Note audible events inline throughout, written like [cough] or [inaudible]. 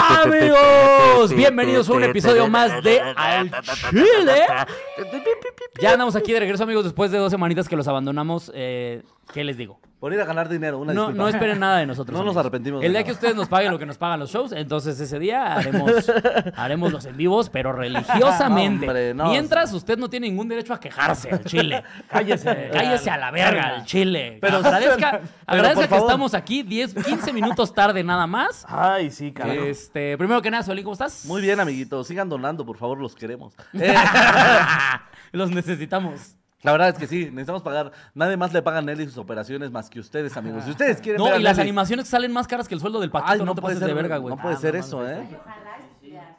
Amigos, bienvenidos a un episodio más de Al Chile. Ya andamos aquí de regreso, amigos, después de dos semanitas que los abandonamos. eh, ¿Qué les digo? Por ir a ganar dinero, una No, disculpa. no esperen nada de nosotros. No nos amigos. arrepentimos de El día nada. que ustedes nos paguen lo que nos pagan los shows, entonces ese día [laughs] haremos, haremos los en vivos, pero religiosamente. Hombre, no. Mientras usted no tiene ningún derecho a quejarse al [laughs] Chile. Cállese. [laughs] Cállese a la verga al Chile. Pero Pero- agradezca, [laughs] pero, agradezca por que favor. Ah, estamos aquí 10, 15 minutos tarde nada más. Ay, sí, carajo. Este, primero que nada, Solín, ¿cómo estás? Muy [laughs] bien, [laughs] amiguitos. Sigan donando, por favor, los queremos. Eh, Los necesitamos. la verdad es que sí, necesitamos pagar. Nadie más le pagan Nelly sus operaciones más que ustedes, amigos. Si ustedes quieren ver No, a y las Nelly- animaciones que salen más caras que el sueldo del patito, Ay, no, no, te puede pases ser, de verga, güey. No puede Ah, ser no eso, mames, ¿eh? Ojalá estudiar.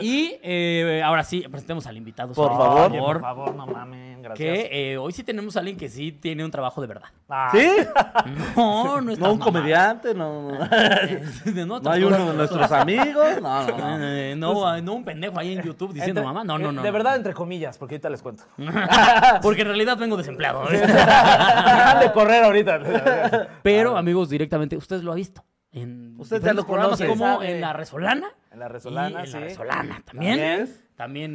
Y eh, ahora sí, presentemos al invitado. Por Solín, favor. Oye, por favor, no mamen, gracias. Que eh, hoy sí tenemos a alguien que sí tiene un trabajo de [laughs] verdad. Ah, ¿Sí? [laughs] No, no No estás un comediante, no. [laughs] no. mamando. eh, No, No hay uno [laughs] de nuestros amigos. No, no, no. Eh, no, eh, no un pendejo ahí en YouTube diciendo entre- mamá. No, eh, no, Mm. no. De no. [laughs] verdad, entre comillas, porque ahorita les cuento. [laughs] Porque en realidad vengo [laughs] desempleado. [laughs] ¿eh? Dejan de correr ahorita. [laughs] Pero, amigos, directamente, usted lo ha visto. En Usted ya diferentes lo programas conoce. como Sabe. en La Resolana. En la y Resolana, en sí. La Resolana también. También, También.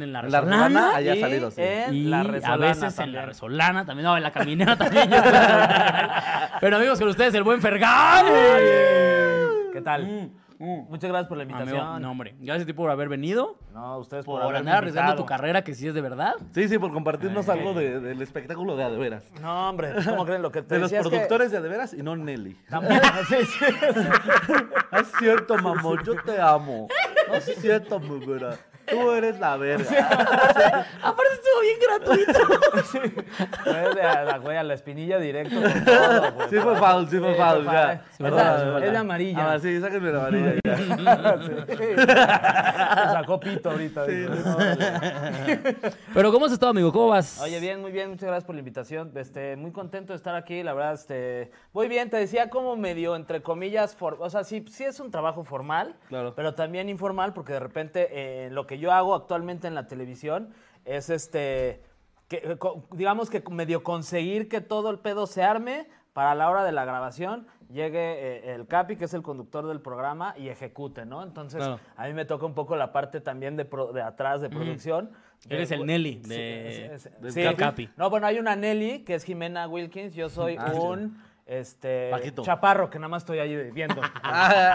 en Ah, La En La Resolana. Resolana, allá Y salido, sí. en Y la a Resolana veces en la también. resolana también, no, en la caminera también. [laughs] yo estoy- Pero amigos, con ustedes el buen Fergay. eh. ¿Qué tal? Muchas gracias por la invitación. eh. Amigo, Mm, no, hombre. Gracias a ti por haber venido. No, ustedes por, Por, haberme andar arriesgando tu invitado. carrera, que sí es de verdad. Sí, sí, por compartirnos algo de- del espectáculo de Adeveras. No, hombre, ¿cómo creen lo que te De los decía? Es que- productores de Adeveras y no Nelly. También- [laughs] sí, sí. Es cierto, mamón, yo te amo. No es cierto, mamona. Tú eres la verga. Aparte estuvo bien gratuito. Fue de a la, güey, a la espinilla directo [laughs] con todo, güey. Sí fue foul, sí fue Sí, foul, fue ya. foul. Es Perdona, la- perdona. es la amarilla. Ah, va, sí, Ah, sáquenme la [laughs] amarilla ya. Se sacó pito ahorita. dijo. [laughs] Pero ¿cómo has estado, amigo? ¿Cómo vas? Oye, bien, muy bien, muchas gracias por la invitación. Este, muy contento de estar aquí, la verdad, este, muy bien, te decía como medio, entre comillas, for- o sea, sí, sí es un trabajo formal, Claro. pero también informal, porque de repente eh, lo que yo hago actualmente en la televisión es este, que, eh, co- digamos que medio conseguir que todo el pedo se arme para la hora de la grabación llegue eh, el Capi, que es el conductor del programa, y ejecute, ¿no? Entonces, Claro. a mí me toca un poco la parte también de, pro- de atrás de producción. Eres De- el Nelly Eh, Sí, de- es- es- del sí. Capi. Capi. No, bueno, hay una Nelly que es Jimena Wilkins. Yo soy Ah, un este Paquito. chaparro que nada más estoy ahí [laughs] viendo. [laughs] Ah,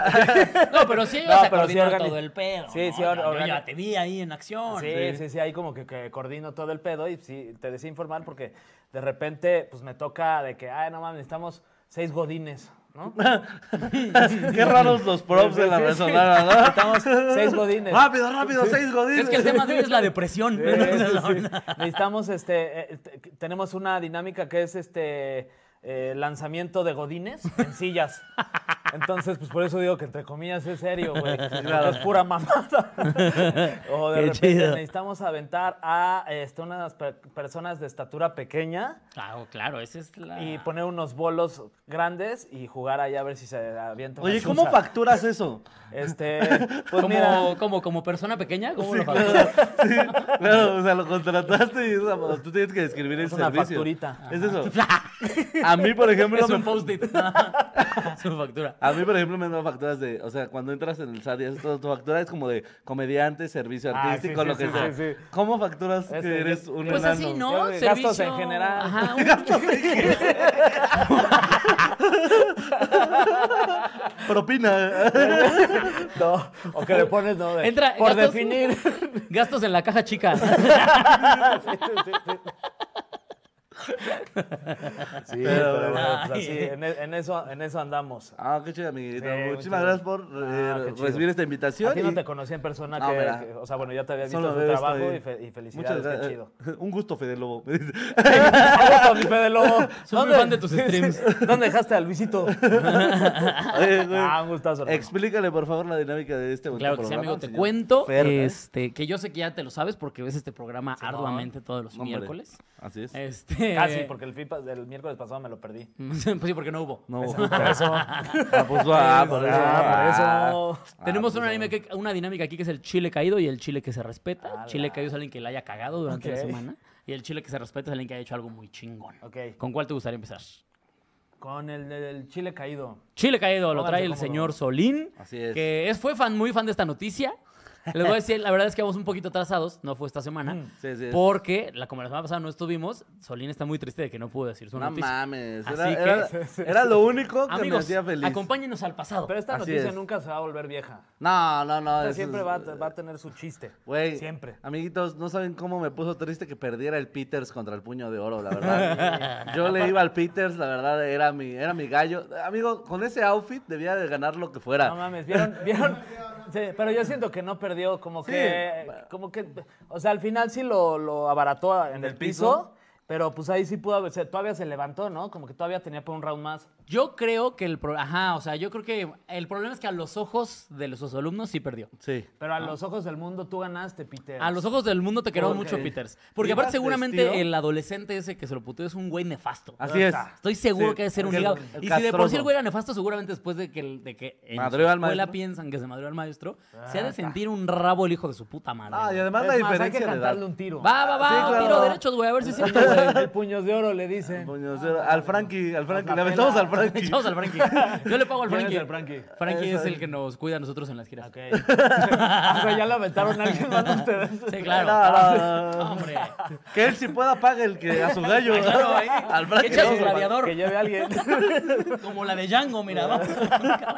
No, pero sí ibas No, a pero sí coordinar organi- todo el pedo. Sí, ¿no? sí, Ya- or- yo organi- ya te vi ahí en acción. sí, sí, sí, ahí como que, que coordino todo el pedo y sí, te decía informar porque de repente pues me toca de que, ay, no mames, necesitamos seis godines, ¿no? Qué raros los props de la Sí, sí, sí. resonada, ¿no? Necesitamos seis godines. Rápido, rápido, seis godines. Es que el tema de hoy es la [laughs] depresión. Sí, [laughs] sí, sí. Necesitamos, este, eh, t- tenemos una dinámica que es este eh, lanzamiento de godines en sillas. Entonces, pues por eso digo que entre comillas es serio, güey. No Es pura mamada. [laughs] O de Qué repente chido. necesitamos aventar a este, unas per- personas de estatura pequeña Claro, claro, esa es la... y poner unos bolos grandes y jugar ahí a ver si se avienta. una Oye, ¿cómo chuza. facturas eso? Este, pues como, mira, [laughs] como, como persona pequeña, ¿cómo lo Sí, claro, o sea, lo contrataste y o sea, pues, tú tienes que describir el una servicio. facturita. Es eso. A mí, por ejemplo, Es me- un post-it. [laughs] Su factura. A mí, por ejemplo, me dan facturas de. O sea, cuando entras en el SAT y haces todo, tu factura es como de comediante, servicio Ah, artístico, sí, sí, lo que sí, sea. sí, sí. ¿Cómo facturas Este, que yo- eres un Pues enano? así, ¿no? Yo- gastos Servicio- en general. Ajá, un- Propina. no, o que le pones, no, [laughs] de- Entra, por gastos- definir. [laughs] Gastos en la caja chica. Sí, Pero, pero, bueno, pues ay. así, en, e- en eso, en eso andamos. Ah, qué chido, amiguito. Sí, muchas Muchísimas gracias por eh, Ah, qué chido. recibir esta invitación. A ti y no te conocí en persona, No, que- mira. que- o sea, bueno, ya te había visto solo tu veo esto trabajo ahí. y, fe- y Muchas felicidades, qué gracias. chido. [laughs] [laughs] Un gusto, Fede Lobo. [laughs] me dice. Hola, mi Fede Lobo. Soy muy fan de tus streams. [laughs] ¿Dónde dejaste a Luisito? Oye, güey, ah, un gustazo. hermano. Explícale, por favor, la dinámica de este bonito Claro que sí, programa, amigo. Te señor cuento Fer, ¿eh? este, que yo sé que ya te lo sabes porque ves este programa arduamente todos los No, hombre. miércoles. Así es. Este, Casi, Ah, porque el FIPA del miércoles pasado me lo perdí. [laughs] pues sí, porque no hubo. [laughs] No, Por eso. Ah, pues, [laughs] ah, por eso. Ah, ah. por eso. Tenemos pues, una, dinámica que- una dinámica aquí que es el chile caído y el chile que se respeta. Ala. chile caído es alguien que la haya cagado durante la Ok. semana. Y el chile que se respeta es alguien que haya hecho algo muy chingón. Ok. ¿Con cuál te gustaría empezar? Con el del chile caído. Chile caído, lo Pónganse trae el cómodos. señor Solín. Así es. Que es, fue fan, muy fan de esta noticia. Les voy a decir, la verdad es que vamos un poquito atrasados, no fue esta semana. Mm. Sí, sí. Porque, la, como la semana pasada no estuvimos, Solín está muy triste de que no pudo decir su No noticia. mames. Así Era, que- era- era lo único que me Amigos, hacía feliz. acompáñenos al pasado. Pero esta Así noticia es. nunca se va a volver vieja. No, no, no. O sea, eso siempre es- eh, va, a- va a tener su chiste. Güey, Siempre. amiguitos, no saben cómo me puso triste que perdiera el Peters contra el puño de oro, [laughs] la verdad. Yo le iba al Peters, la verdad, era mi, era mi gallo. Amigo, con ese outfit debía de ganar lo que fuera. No mames, ¿vieron? ¿Vieron? Sí, pero yo siento que no perdió, como que. Como que. O sea, al final sí lo, lo abarató en el el piso, piso. pero pues ahí sí pudo haber. o sea, todavía se levantó, ¿no? Como que todavía tenía para un round más. Yo creo que el pro- ajá, o sea, yo creo que el problema es que a los ojos de los- sus alumnos sí perdió. Sí. Pero a los ojos del mundo tú ganaste, Peter. Ah. A los ojos del mundo te queremos Ok. mucho, Peters. Porque Ibas aparte seguramente vestido- el adolescente ese que se lo puteó es un güey nefasto. Así es. está. Estoy seguro Sí, que debe ser un el- hígado. el Y si de por sí el castroso. güey era nefasto, seguramente después de que, el- de que en Madreó su al escuela maestro. piensan que se madrió al maestro, se ha de sentir un rabo el hijo de su puta madre. Ah, y güey. además Es la más, hay que diferencia de edad. cantarle un tiro. Va, va, va, Sí, claro. tiro derechos, güey, a ver si es [laughs] cierto, güey. El puños de oro le dicen. [laughs] Pues Puño de oro. Al Frankie, al Frankie, la le aventamos pela. al [laughs] Frankie. Echamos al Frankie. Yo le pago al ¿Quién es Frankie. el Frankie? Frankie Eso es el es. que nos cuida a nosotros en las giras. Ok. [laughs] o sea, ya la aventaron a alguien más de ustedes. Sí, [laughs] No, claro. no, [laughs] no. Hombre. Que él si pueda pague el que a [laughs] su gallo. Claro, ahí. [laughs] Al Frankie. Echa no, su al- gladiador. Que lleve a alguien. Como la de Django, mira. vamos. Cada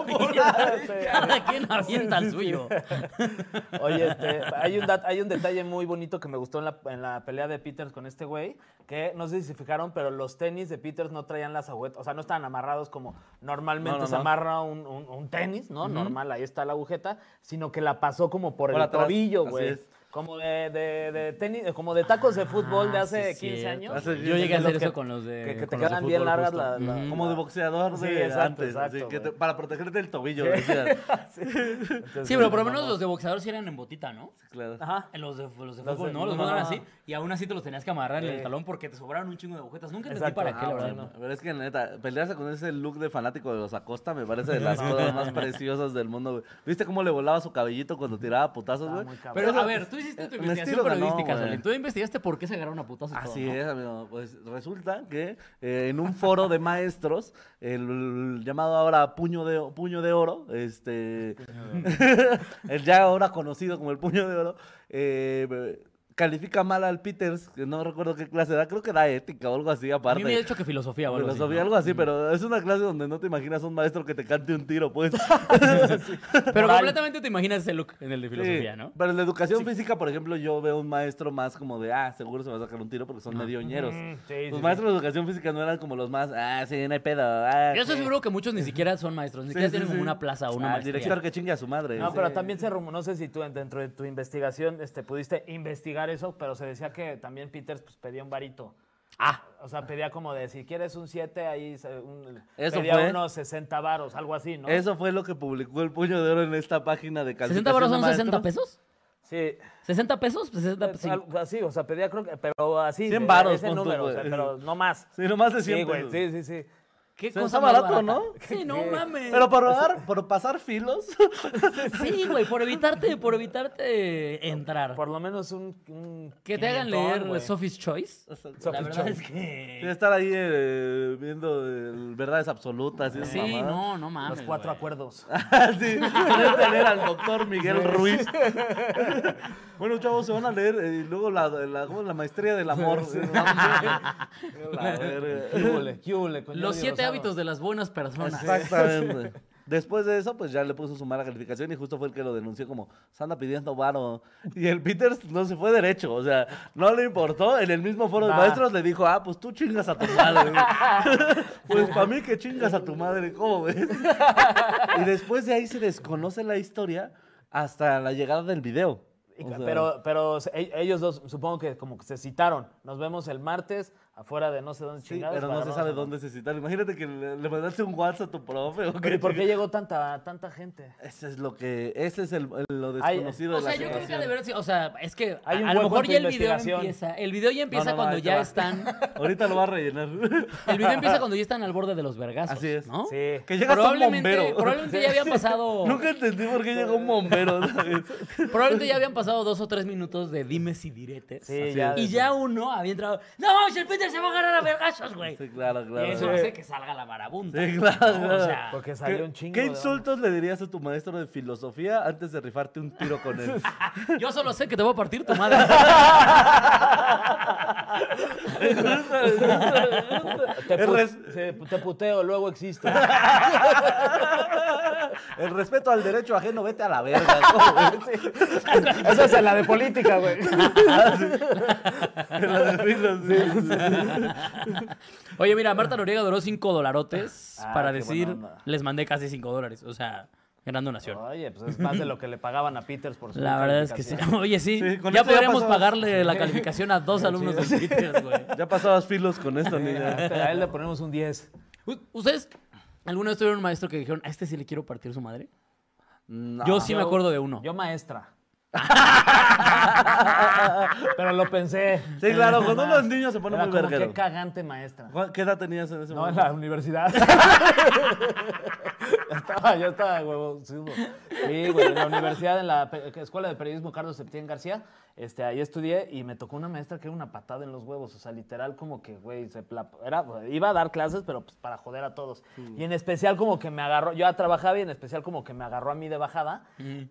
quien, cada quien- cada quien avienta el suyo. Oye, este, hay, un dat- hay un detalle muy bonito que me gustó en la, en la pelea de Peters con este güey, que no sé si se fijaron, pero los tenis de Peters no traían las agujetas, o sea, no estaban amarrados como normalmente No, no, se no. amarra un, un- un tenis, ¿no? Normal, ahí está la agujeta, sino que la pasó como por, Por el atrás, tobillo, así güey. es. Como de, de- de tenis, eh, como de tacos de fútbol de Ah, hace sí, 15 cierto. años. Hace Yo llegué a Los hacer que- eso con los de. que- que te con los de quedan bien fútbol, largas justo. la- la- Ujú. Como de [laughs] boxeador Sí, de exacto, antes, exacto, así que güey. te- para protegerte del tobillo, decías. Entonces, Sí, pero por lo no, menos no. los de boxeador sí eran en botita, ¿no? Claro. Ajá. Los de, los de Los fútbol, de- ¿no? Los no, fútbol eran ajá. así y aún así te los tenías que amarrar en Sí. el talón porque te sobraron un chingo de agujetas. Nunca entendí Exacto. para qué, Ah, la bueno, verdad. no. Pero es que neta, pelearse con ese look de fanático de los Acosta me parece de las cosas más preciosas del mundo, güey. ¿Viste cómo le volaba su cabellito cuando tiraba putazos, Estaba güey? muy cabrón. Pero, Eso- eh, a ver, tú hiciste tu el investigación estilo ganó, periodística, güey. Solín. Tú investigaste por qué se agarraron a putazos. y todo, Así ¿no? es, amigo. Pues resulta que eh, en un foro de maestros, el llamado ahora puño de, puño de oro, este, el ya ahora conocido como el puño de oro, eh, califica mal al Peters, que no recuerdo qué clase da, creo que da ética o algo así A aparte. mí me ha dicho que filosofía, o algo así, Filosofía, ¿no? algo así, pero es una clase donde no te imaginas a un maestro que te cante un [laughs] tiro, pues. Pero completamente te imaginas ese look en el de filosofía, Sí, ¿no? Pero en la educación física, por ejemplo, yo veo un maestro más como de, ah, seguro se va a sacar un tiro porque Ah. son medioñeros. Mm, sí, sí, los sí. maestros de educación física no eran como los más, ah, sí, no hay pedo. Ah, Yo estoy sí". seguro que muchos ni siquiera son maestros, ni Sí, siquiera sí, tienen como sí. una plaza o una Ah, maestría. director que chingue a su madre. No, sí. pero también se rumoró, no sé si tú en- dentro de tu investigación este, pudiste investigar eso, pero se decía que también Peters pues, pedía un varito. Ah, O sea, pedía como de, si quieres un 7, ahí se- un- Eso pedía fue. unos 60 varos, algo así, ¿no? Eso fue lo que publicó el puño de oro en esta página de calificación. ¿60 baros de son 60 pesos? maestros. Sí. ¿60 pesos? Pues 60 Pues, pesos. algo así, o sea, pedía creo que, pero así. 100 de- varos, Ese pon tú, número, o güey. sea, pero no más. Sí, nomás de 100 Sí, güey, pesos. sí, sí, sí. ¿Qué está cosa más barato, barata? ¿no? Sí, no mames. Pero por, dar- por pasar filos, Sí, [laughs] güey, por evitarte, por evitarte entrar. Por lo menos un... un Que te hagan quinientón, leer güey. Sophie's Choice. La Sophie's verdad Choice. es que... estar ahí eh, viendo eh, verdades absolutas. y esas Sí, mamadas. no, no mames. Los cuatro güey. [laughs] acuerdos. sí, querer tener al doctor Miguel Ruiz. bueno, chavos, se van a leer eh, y luego la, la, ¿cómo? la maestría del amor. [laughs] la verga. ¿Qué hule, qué hule con Los Jordi siete Rosado. hábitos de las buenas personas. Exactamente. [laughs] Después de eso, pues ya le puso su mala calificación y justo fue el que lo denunció como, se anda pidiendo varo. Y el Peters no se fue derecho, o sea, no le importó. En el mismo foro Nah. de maestros le dijo, ah, pues tú chingas a tu [laughs] madre. pues para mí que chingas a tu madre, [laughs] ¿cómo ves? y después de ahí se desconoce la historia hasta la llegada del video. Y- O sea, pero, pero se- e- ellos dos supongo que como que se citaron. Nos vemos el martes afuera de no sé dónde Sí, chingados. pero para no se vernos sabe en- dónde se citan. Imagínate que le, le mandaste un WhatsApp a tu profe. ¿o Pero, qué ¿y por qué chingas? llegó tanta, tanta gente? Ese es lo que, ese es el, el- lo Ay, desconocido O de la sea, yo creo que ha situación. de haber sido- O sea, es que a, Hay un a lo hueco mejor en tu ya el video investigación. empieza. El video ya empieza no, cuando ahí te ya va. están... [laughs] Ahorita lo va a rellenar. El video empieza cuando ya están al borde de los vergazos. Así es. ¿no? Sí. que llegas a un probablemente, bombero. probablemente ya [laughs] habían [laughs] pasado. Nunca entendí por qué llegó un bombero. [laughs] ¿sabes? Probablemente ya habían pasado dos o tres minutos de dimes y diretes. Sí, Así ya. es. Y ya uno había entrado. ¡No mames, el Peter se va a ganar a vergazos, güey. Sí, claro, Y claro. eso Sí. hace que salga la marabunta. Sí, claro, ¿no? claro. O sea, Porque ¿Qué- salió un chingo. ¿Qué de insultos le dirías a tu maestro de filosofía antes de rifarte un tiro con [laughs] él? Yo solo sé que te voy a partir tu madre. onda. [laughs] Te, pu- res- se- te puteo, luego [laughs] existe. El respeto al derecho ajeno, vete a [laughs] la verga. ¿no? Esa es la de política, güey. En la de filos, sí, sí. Oye, mira, Marta Noriega duró 5 dolarotes Ah, para qué decir, buena onda. les mandé casi 5 dólares. O sea, gran donación. Oye, pues es más de lo que le pagaban a Peters por su La verdad es que sí. [laughs] calificación. Oye, sí. Sí, con ya esto ya podríamos pasamos. pagarle la calificación a dos alumnos de Peters, [laughs] güey. Ya pasabas filos con esto, niña. A él le ponemos un 10. U- ¿Ustedes alguna vez tuvieron un maestro que dijeron, a este sí le quiero partir su madre? No. yo sí me acuerdo de uno. Yo [laughs] maestra. Pero lo pensé. Sí, claro, cuando uno es niño se pone Era muy como, verguero. Qué cagante maestra. Juan, ¿Qué edad tenías en ese No, en la momento? universidad. Ya [laughs] estaba, yo estaba, huevo. Sí, güey, Sí, güey, en la universidad, en la pe- Escuela de Periodismo Carlos Septién García, este, ahí estudié y me tocó una maestra que era una patada en los huevos. O sea, literal, como que, güey, se pla- era, iba a dar clases, pero pues para joder a todos. Y en especial, como que me agarró, yo ya trabajaba y en especial, como que me agarró a mí de bajada.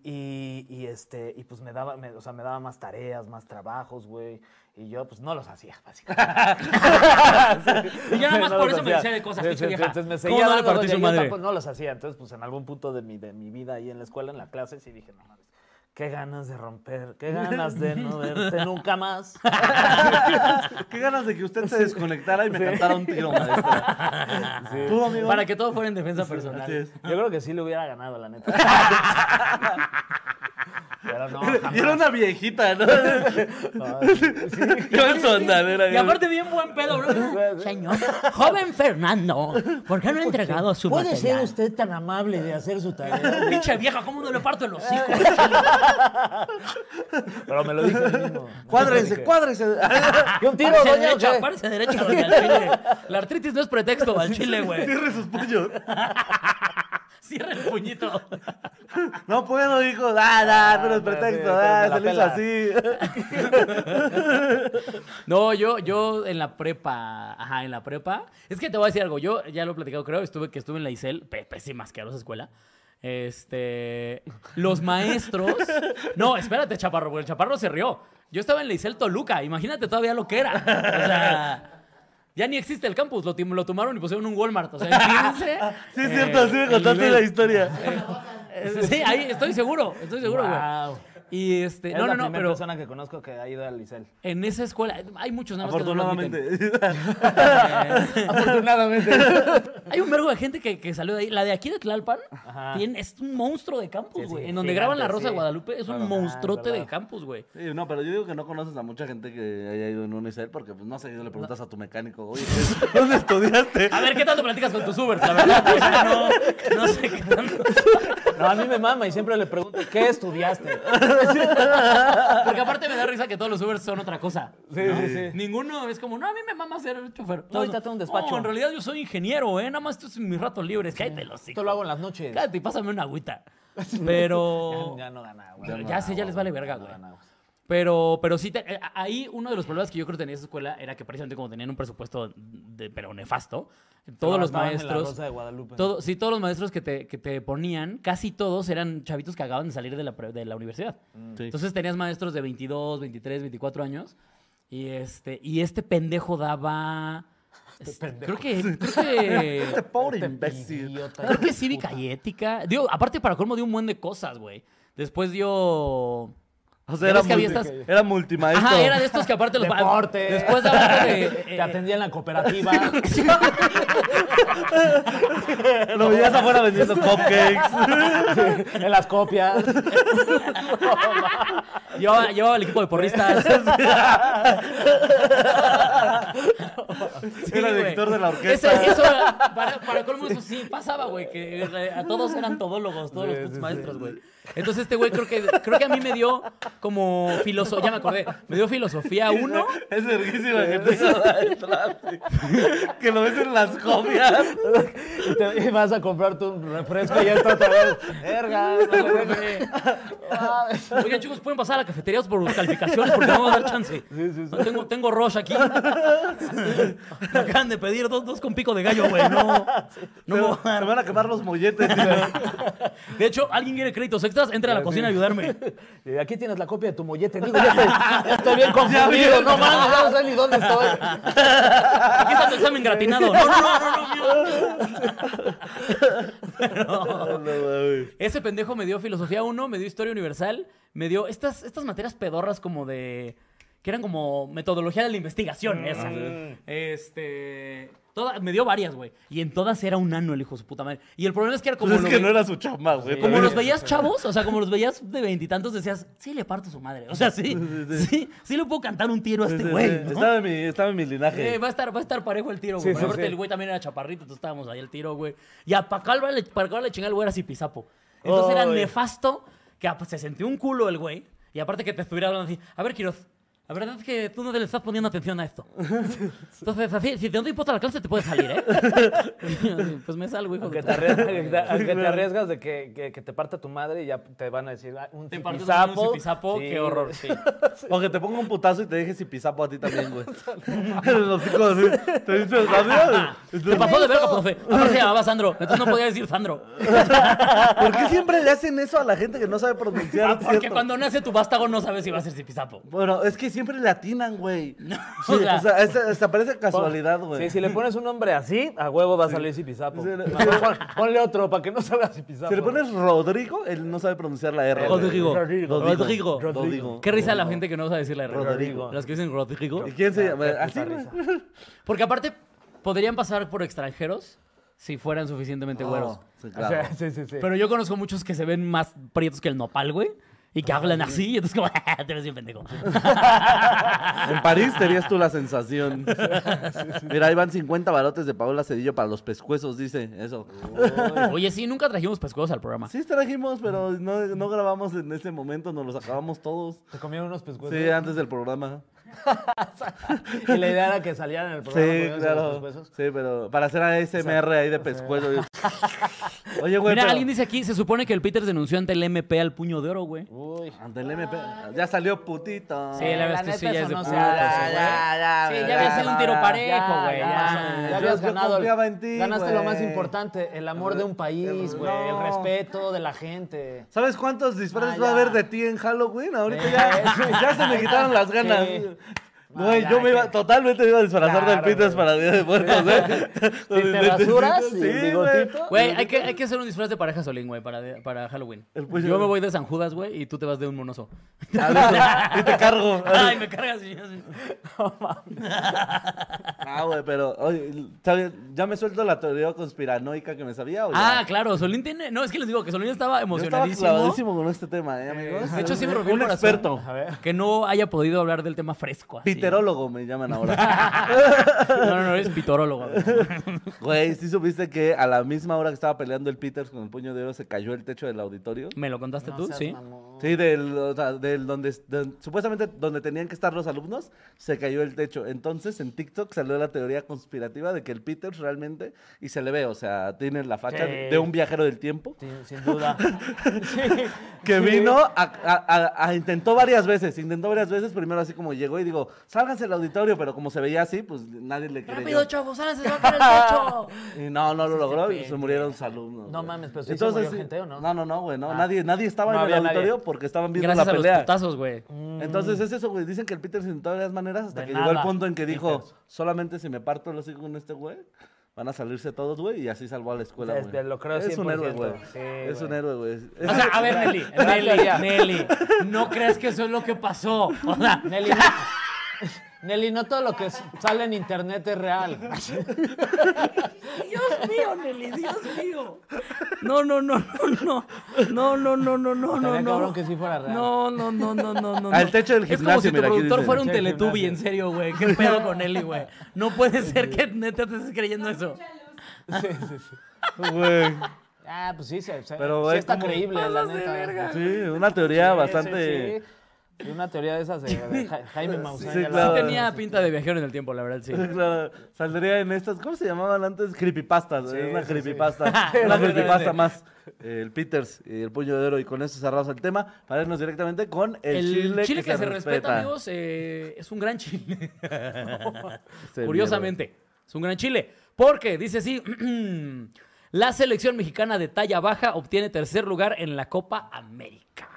Y, y, este, y pues me daba, me- o sea, me daba más tareas, más trabajos, güey. Y yo, pues no los hacía, básicamente. [laughs] Y ya nada [laughs] más No por los eso me hacía. decía de cosas, Sí, pinche sí, vieja. Entonces me ¿Cómo no seguía le dando partí doña, su yo madre? tampoco- no los hacía. Entonces, pues en algún punto de mi, de mi vida ahí en la escuela, en la clase, sí dije, no mames, qué ganas de romper, qué ganas de no verte nunca más. [laughs] Qué ganas de que usted se desconectara y me cantara un tiro, [laughs] maestra. ¿Tú, amigo? Para que todo fuera en defensa personal. Así es. Yo creo que sí le hubiera ganado, la neta. Pero no, Y era una viejita, ¿no? jamás. Yo en su andadera. Y aparte bien buen pedo, bro. Señor, joven Fernando, ¿por qué no ha entregado su ¿Puede ser material? usted tan amable de hacer [laughs] su tarea? Pinche vieja, ¿cómo no le parto los hijos? Pero me lo dijo él mismo. Cuádrense, cuádrense. [laughs] ¿Y un tiro, Párese doña, o derecha, qué? párese derecha, doña, al chile. La artritis no es pretexto, al chile, güey. Cierre sus puños. Cierra el puñito. No puedo, hijo. Ah, nah, no, es pero sí, pretexto. pero Ah, me la se lo hizo así. [laughs] No, yo, yo en la prepa, ajá, en la prepa. Es que te voy a decir algo, yo ya lo he platicado, creo, estuve, que estuve en la ISEL, pe- pésima, asquerosa escuela. Este, los maestros. No, espérate, Chaparro, porque el Chaparro se rió. Yo estaba en la ISEL Toluca, imagínate todavía lo que era. O sea, ya ni existe el campus, lo, tim- lo tomaron y pusieron un Walmart. O sea, imagínense, [laughs] Sí, es eh, cierto, así me el contaste la nivel. historia. Eh, Sí, ahí estoy seguro, estoy seguro, güey. Wow. Y este, Es no, la no, no, primera pero persona que conozco que ha ido al Licel. en esa escuela hay muchos nada más que no lo admiten. Afortunadamente. [laughs] Afortunadamente. Hay un vergo de gente que, que salió de ahí. La de aquí de Tlalpan Ajá. tiene, es un monstruo de campus, Sí, sí, güey. en donde gigante, graban La Rosa de sí. Guadalupe es un Claro. Ah, monstruote de es verdad. campus, güey. Sí, no, pero yo digo que no conoces a mucha gente que haya ido en un Excel porque, pues, no sé, le preguntas a tu mecánico, oye, ¿dónde estudiaste? A ver, ¿qué tanto platicas con tus Ubers? La verdad, [laughs] o sea, no, no sé qué tanto. No, a mí me mama y siempre le pregunto, ¿qué estudiaste? Porque aparte me da risa que todos los Ubers son otra cosa. Sí, sí, sí. Ninguno es como, no, a mí me mama ser chofer. Todos, ahorita tengo un despacho. "Oh, en realidad yo soy ingeniero, ¿eh? Nada más esto es mis ratos libres. Cállate los Esto lo hago en las noches. Cállate y pásame una [laughs] agüita. Pero... Ya no gana, güey. Ya, no sé, ya les vale verga, no güey. gana, güey. Pero, pero sí, te- eh, ahí uno de los problemas que yo creo que tenía esa escuela era que precisamente como tenían un presupuesto, de, pero nefasto, todos los Estaban en la maestros... Rosa de Guadalupe. Todo, sí, todos los maestros que te, que te ponían, casi todos eran chavitos que acababan de salir de la, pre- de la universidad. Mm. Sí. Entonces tenías maestros de 22, 23, 24 años. Y este, y este pendejo daba... este, Creo que... [laughs] Creo que, Pobre Este [laughs] imbécil. idiota. creo que cívica y ética. Digo, aparte para colmo dio un buen de cosas, güey. Después dio... O Ya sea, era, ves que había multi- estas- era multimaestro. Ajá, era de estos que aparte los Deporte. Después daba algo de. [laughs] eh, Te atendía en [laughs] la cooperativa. Lo veías [laughs] afuera vendiendo [laughs] cupcakes. en las copias. llevaba, llevaba el equipo de [laughs] porristas. Sí, era güey. director de la Ese- orquesta. eso era- para, para colmo, eso sí pasaba, güey. Que eh, a todos eran todólogos, todos los putos maestros, güey. Entonces, este güey creo que, creo que a mí me dio como filosofía. Ya me acordé. Me dio filosofía 1. Es verguísima que empieza a dar el tráfico. Que lo ves en las copias. y, te, y vas a comprarte un refresco y esto otra vez. Verga. no le dejes. Ah, Oigan, chicos, pueden pasar a la cafetería por calificaciones porque no vamos a dar chance. No tengo, tengo Roche aquí. Me acaban de pedir dos, dos con pico de gallo, güey. No, no me se, voy a se dar. van a quemar los molletes. [laughs] De hecho, ¿alguien quiere créditos extras? Entra a la cocina a ayudarme. Y Aquí tienes la copia de tu mollete. Digo, ya estoy, ya [laughs] estoy bien confundido. No mames, ya no sé ni dónde estoy. Aquí está tu examen gratinado. No, no, no, no, no, mío. [laughs] No, mames. pues Ese pendejo me dio filosofía 1, me dio historia universal, me dio estas, estas materias pedorras como de. que eran como metodología de la Mm, investigación, esas. Este. toda- me dio varias, güey. Y en todas era un ano el hijo de su puta madre. Y el problema es que era como. Pues es lo que ve- no era su chamba, güey. Como también. los veías chavos, o sea, como los veías de veintitantos, decías, sí le parto su madre. O sea, [laughs] sí, sí, sí le puedo cantar un tiro a este Sí, sí, güey. sí. ¿no? Estaba en mi, estaba en mi linaje. Eh, va, a estar, va a estar parejo el tiro, Sí, güey. sí, Aparte, sí. el güey también era chaparrito, entonces estábamos ahí el tiro, güey. Y a Pacal le, para acabarle de chingar, el güey era así pisapo. Entonces era Ay. nefasto que ah, pues, se sentía un culo el güey. Y aparte que te estuviera hablando así, a ver, Quiroz, la verdad es que tú no te le estás poniendo atención a esto. Entonces, así, si no te importa la clase, te puedes salir, ¿eh? [laughs] Y yo así, pues me salgo, hijo. Aunque de te tu- arriesgas, aunque te arriesgas de que, que- que te parta tu madre y ya te van a decir "Ah, un Te partes zipizapo". un pisapo, Sí, qué horror. Sí. O que te ponga un putazo y te deje sin pisapo a ti también, [laughs] güey. los chicos así. Te dice, "Adiós". Ah, Te pasó de verga, profe. Aparte se llamaba Sandro, entonces no podía decir Sandro. [laughs] ¿Por qué siempre le hacen eso a la gente que no sabe Ah, pronunciar? Porque Ah, pues cierto? cuando nace tu vástago no sabes si va a ser Zipizapo. Bueno, es que siempre le [laughs] atinan, güey. o Sí, o sea- sea, esa, esa parece casualidad, güey. Sí, si le pones un nombre así, a huevo va a salir zipizapo. Sí, le- Mejor pon- Ponle otro para que no salga zipizapo. Si le pones Rodrigo, él no sabe pronunciar la R. güey. Rodrigo. Rodrigo. Rodrigo. Rodrigo. Qué risa la gente que no sabe decir la R. Rodrigo. Las que dicen Rodrigo. ¿Y quién se llama? qué puta Así, güey. Porque aparte, podrían pasar por extranjeros si fueran suficientemente güeros. Oh, sí, O claro. sea, sí, sí, sí. Pero yo conozco muchos que se ven más prietos que el nopal, güey. Y Ah, que hablan así, y entonces como, [laughs] "Ah, te ves bien pendejo. En París tenías tú la sensación. Mira, ahí van 50 barotes de Paola Cedillo para los pescuezos, dice eso. [laughs] Oye, sí, nunca trajimos pescuezos al programa. Sí trajimos, pero no, no grabamos en ese momento, nos los acabamos todos. Se comieron unos pescuezos. Sí, antes del programa. Y la idea era que salieran en el programa. Sí, comiéndose los claro. pescuezos. Sí, pero para hacer ASMR ahí de pescuezo. yo- Oye, güey, Mira, pero- alguien dice aquí, se supone que el Peters denunció ante el MP al puño de oro, güey. Uh, Uy. Ante el MP. Ya salió putito. Sí, la verdad es que sí, neta, ya eso es de no se putas, hace, güey. güey. Sí, ya había sido un tiro parejo, Ya, güey. Ya, ya. ya Yo- habías yo ganado. el- confiaba en ti, ganaste lo más güey. importante, el amor de un país, güey, el no. respeto de la gente. ¿Sabes cuántos disfraces Ah, va a haber ya. de ti en Halloween? Ahorita Sí, sí. [laughs] ya, ya se me quitaron las ganas. Sí. Güey, Ah, ya, yo me iba, que- totalmente me iba a disfrazar Claro, del Peters güey. para Día de Muertos, ¿eh? Si te rasuras [laughs] y el bigotito. Güey, hay que, hay que hacer un disfraz de pareja solín, güey, para, para Halloween. El puño Yo de me oro. voy de San Judas, güey, y tú te vas de un monoso. [laughs] A ver, Y te cargo. [laughs] Ay, me cargas. y yo así. Ah, güey, pero oye, ¿sabes? ya me suelto la teoría conspiranoica que me sabía. ¿o pues ya? Ah, claro, Solín tiene. No, es que les digo que Solín estaba Yo estaba emocionadísimo. clavadísimo ¿eh? con este tema, ¿eh, amigos? De hecho, sí me rompió Un el corazón. experto. A ver. Que no haya podido hablar del tema fresco. así. Piterólogo me [laughs] llaman ahora. No, no, no, eres pitorólogo. güey. Güey, ¿sí supiste que a la misma hora que estaba peleando el Peters con el puño de oro se cayó el techo del auditorio? ¿Me lo contaste tú? Sí. Sí, del, o sea, del donde, de- supuestamente donde tenían que estar los alumnos, se cayó el techo. Entonces en TikTok salió la teoría conspirativa de que el Peters realmente, y se le ve, o sea, tiene la facha Sí. de un viajero del tiempo, Sin, sin [laughs] duda. Sí. que Sí. vino a, a- a- a- intentó varias veces, intentó varias veces, primero así como llegó y digo, sálganse del auditorio, pero como se veía así, pues nadie le creyó. Rápido, chavos, ahora se va a caer el techo. Y no, no lo logró y se murieron sus alumnos. No güey. mames, pero sí se murió gente, ¿o no? No, no, no, güey, no. Ah. Nadie, nadie estaba No en el había nadie. auditorio porque estaban [laughs] viendo Gracias la a los pelea. putazos, [laughs] güey. Entonces es eso, güey. Dicen que el Peters en todas las maneras hasta De que llegó el nada, punto en que dijo, Peters. solamente si me parto los hijos con este güey, van a salirse todos, güey, y así salvó a la escuela, Es- güey. te lo creo es un héroe, 100%, güey. sí, es un güey. héroe, güey. Es- O sea, a ver, [laughs] Nelly, Nelly, Nelly, no creas que eso es lo que pasó. O sea, Nelly, no, Nelly, no todo lo que s- sale en internet es real. Dios mío, Nelly, [laughs] Dios mío. no, no, no, no, no, no, no, no, no, no, Estaría no. cabrón que sí fuera real. No, no, no, no, no, no. Al no. techo del Es como gimnasio, si tu mira, aquí productor dice. fuera un Techo del teletubi, gimnasio. en serio, güey. ¿Qué pedo con Eli, güey? No puede ser que neta te estés creyendo eso. Sí, sí, sí. [laughs] Güey. Ah, pues sí, se, se- Pero, sí güey, está ¿cómo? creíble, la neta. Sí, una Sí, teoría sí, bastante... sí. de una teoría de esas de, de Ja- Jaime Maussan. sí, ya la- claro. Sí tenía pinta de viajero en el tiempo, la verdad, [laughs] sí. Claro, saldría en estas, ¿cómo se llamaban antes? Creepypastas, Sí, es una sí, sí. creepypasta, una creepypasta más. Eh, El Peters y el puño de oro y con eso cerramos el tema para irnos directamente con el, El chile, chile, que, se, respeta, amigos, eh, es un gran chile. Este Curiosamente, es un gran chile. Porque dice así: [clears throat] La selección mexicana de talla baja obtiene tercer lugar en la Copa América.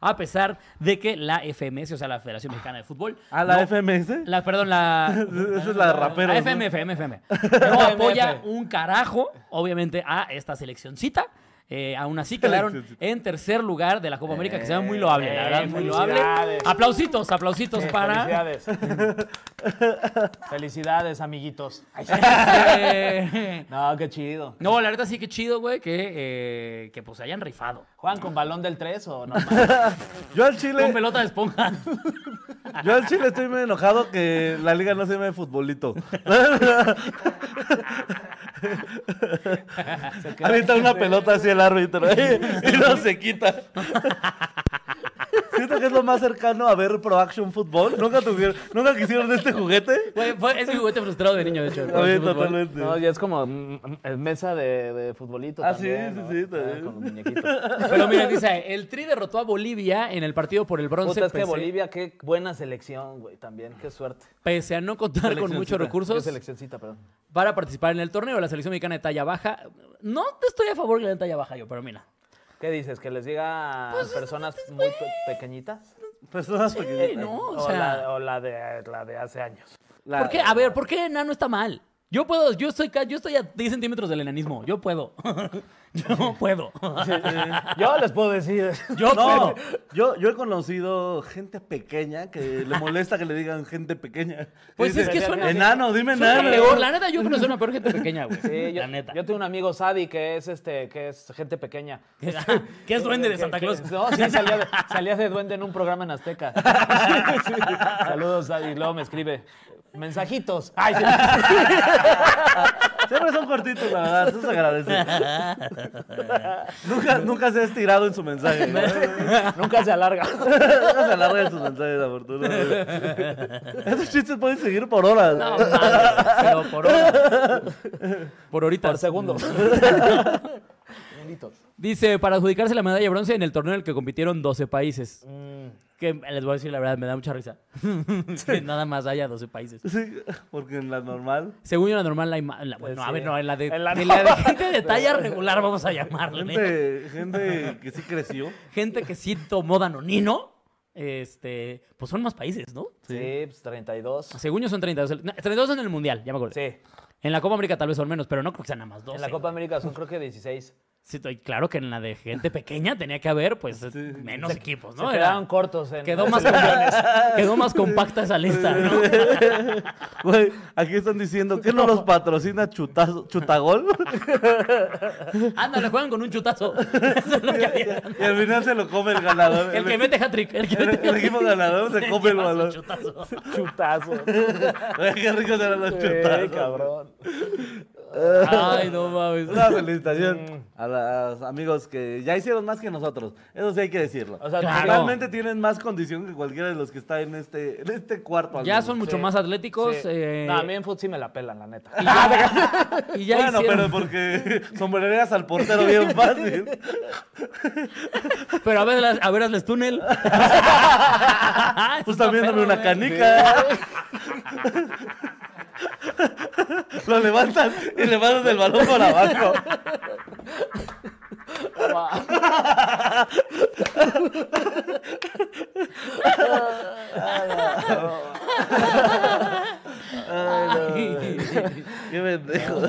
A pesar de que la FMS, o sea, la Federación Mexicana de Fútbol. mierda. ¿A Ah, la no- FMS? la- perdón, la. [laughs] Esa es la de raperos, La ¿no? FM, FM, [laughs] FM. No apoya un carajo, obviamente, a esta seleccioncita. Eh, aún así quedaron Seleccioncita. en tercer lugar de la Copa América, que se llama muy loable, la Eh, verdad, muy loable. felicidades. Aplausitos, aplausitos Sí, para. Felicidades. [laughs] Felicidades, amiguitos. Ay, sí. [laughs] Eh, No, qué chido. No, la verdad sí que chido, güey, que, eh, que pues se hayan rifado. ¿Juegan con balón del 3 o no? Yo al Con chile, pelota de esponja. [laughs] yo al chile estoy muy enojado que la liga no se llame futbolito. [laughs] Ahorita una pelota así el árbitro [laughs] ¿eh? y no se quita. Siento que es lo más cercano a ver Pro Action Football. Nunca tuvieron, nunca quisieron este juguete. Güey, fue- es mi juguete frustrado de niño, de hecho. Oye, totalmente. [laughs] No, ya es como mm, mm, mesa de, de futbolito. Ah, también, sí, ¿no? sí, sí, Ah, también. [laughs] Con los muñequitos. Pero mira, dice, el Tri derrotó a Bolivia en el partido por el bronce. Puta, es pues, que pese- Bolivia, qué buena selección, güey, también. Qué suerte. Pese a no contar con muchos Qué recursos seleccioncita, perdón. para participar en el torneo, la selección mexicana de talla baja. No te estoy a favor que le den talla baja yo, pero mira. ¿Qué dices? ¿Que les diga a Pues, personas muy pe- pequeñitas? Personas Sí, Pues pequeñitas. ¿no? O O, sea, la, o la de, la de hace años. La- ¿por qué? A [laughs] ver, ¿por qué enano está mal? Yo puedo, yo estoy, ca- yo estoy a 10 centímetros del enanismo. Yo puedo. [laughs] yo puedo. Yo les puedo decir. [laughs] Yo No, puedo. yo, yo he conocido gente pequeña que le molesta que le digan gente pequeña. Pues Y es que suena- Enano, dime Suena enano. peor, la neta, yo creo que soy una peor gente pequeña, güey. Sí, yo, la neta. [laughs] yo tengo un amigo Sadi que es este, que es gente pequeña. [laughs] ¿Qué es duende de Que- Santa que- Claus? [laughs] No, sí, salía de, salía de duende en un programa en Azteca. Sí, sí. Saludos, Sadi. Y Luego me escribe. Mensajitos. Ay, sí. Siempre son cortitos, la verdad. Eso se agradece. nunca, nunca se ha estirado en su mensaje. ¿no? [laughs] Nunca se alarga. Nunca se alarga en sus mensajes, afortunadamente. Esos chistes pueden seguir por horas. No, mames, pero por hora. Por ahorita. [laughs] Por segundo. Benditos. Dice, para adjudicarse la medalla de bronce en el torneo en el que compitieron 12 países. Mm. Que les voy a decir la verdad, me da mucha [laughs] risa. que nada más haya 12 países. Sí, porque en la normal. Según yo, la normal, la, ima- la- bueno, sí. a ver, no, en la de, En la de la de normal. gente de talla regular, vamos a llamarle. Gente, gente que sí creció. Gente que sí tomó danonino, este, pues son más países, ¿no? Sí, pues 32. Según yo son 32. no, 32 en el Mundial, ya me acuerdo. Sí. En la Copa América tal vez son menos, pero no creo que sean nada más 12. En la Copa América son creo que 16. Sí, estoy claro que en la de gente pequeña tenía que haber, pues, menos equipos, ¿no? Se Era- quedaron cortos. En Quedó más, quedó más compacta esa lista, ¿no? Güey, aquí están diciendo que no los patrocina Chutazo- Chutagol. Ándale, juegan con un chutazo. [laughs] Eso es lo que había. Y al final se lo come el ganador. El que mete hat-trick. El que el- mete el equipo ganador [laughs] se come el lleva su balón. chutazo. [laughs] chutazo. Ay, Qué ricos eran los Sí, chutazos. cabrón. Ay, no mames. [laughs] Una felicitación a los amigos que ya hicieron más que nosotros. Eso sí hay que decirlo. O sea, Claro. Realmente tienen más condición que cualquiera de los que está en este, en este cuarto. al Ya menos. son mucho Sí. más atléticos. Sí. eh, No, a mí en fútbol sí me la pelan, la neta. y ya, y ya Bueno, hicieron- pero porque [laughs] sombrereas al portero [laughs] bien fácil. pues- pero... a ver, las- a ver, hazles túnel. [laughs] Tú también viéndome dame Pues una canica. Lo levantan y le mandan el balón por abajo. Qué pendejo.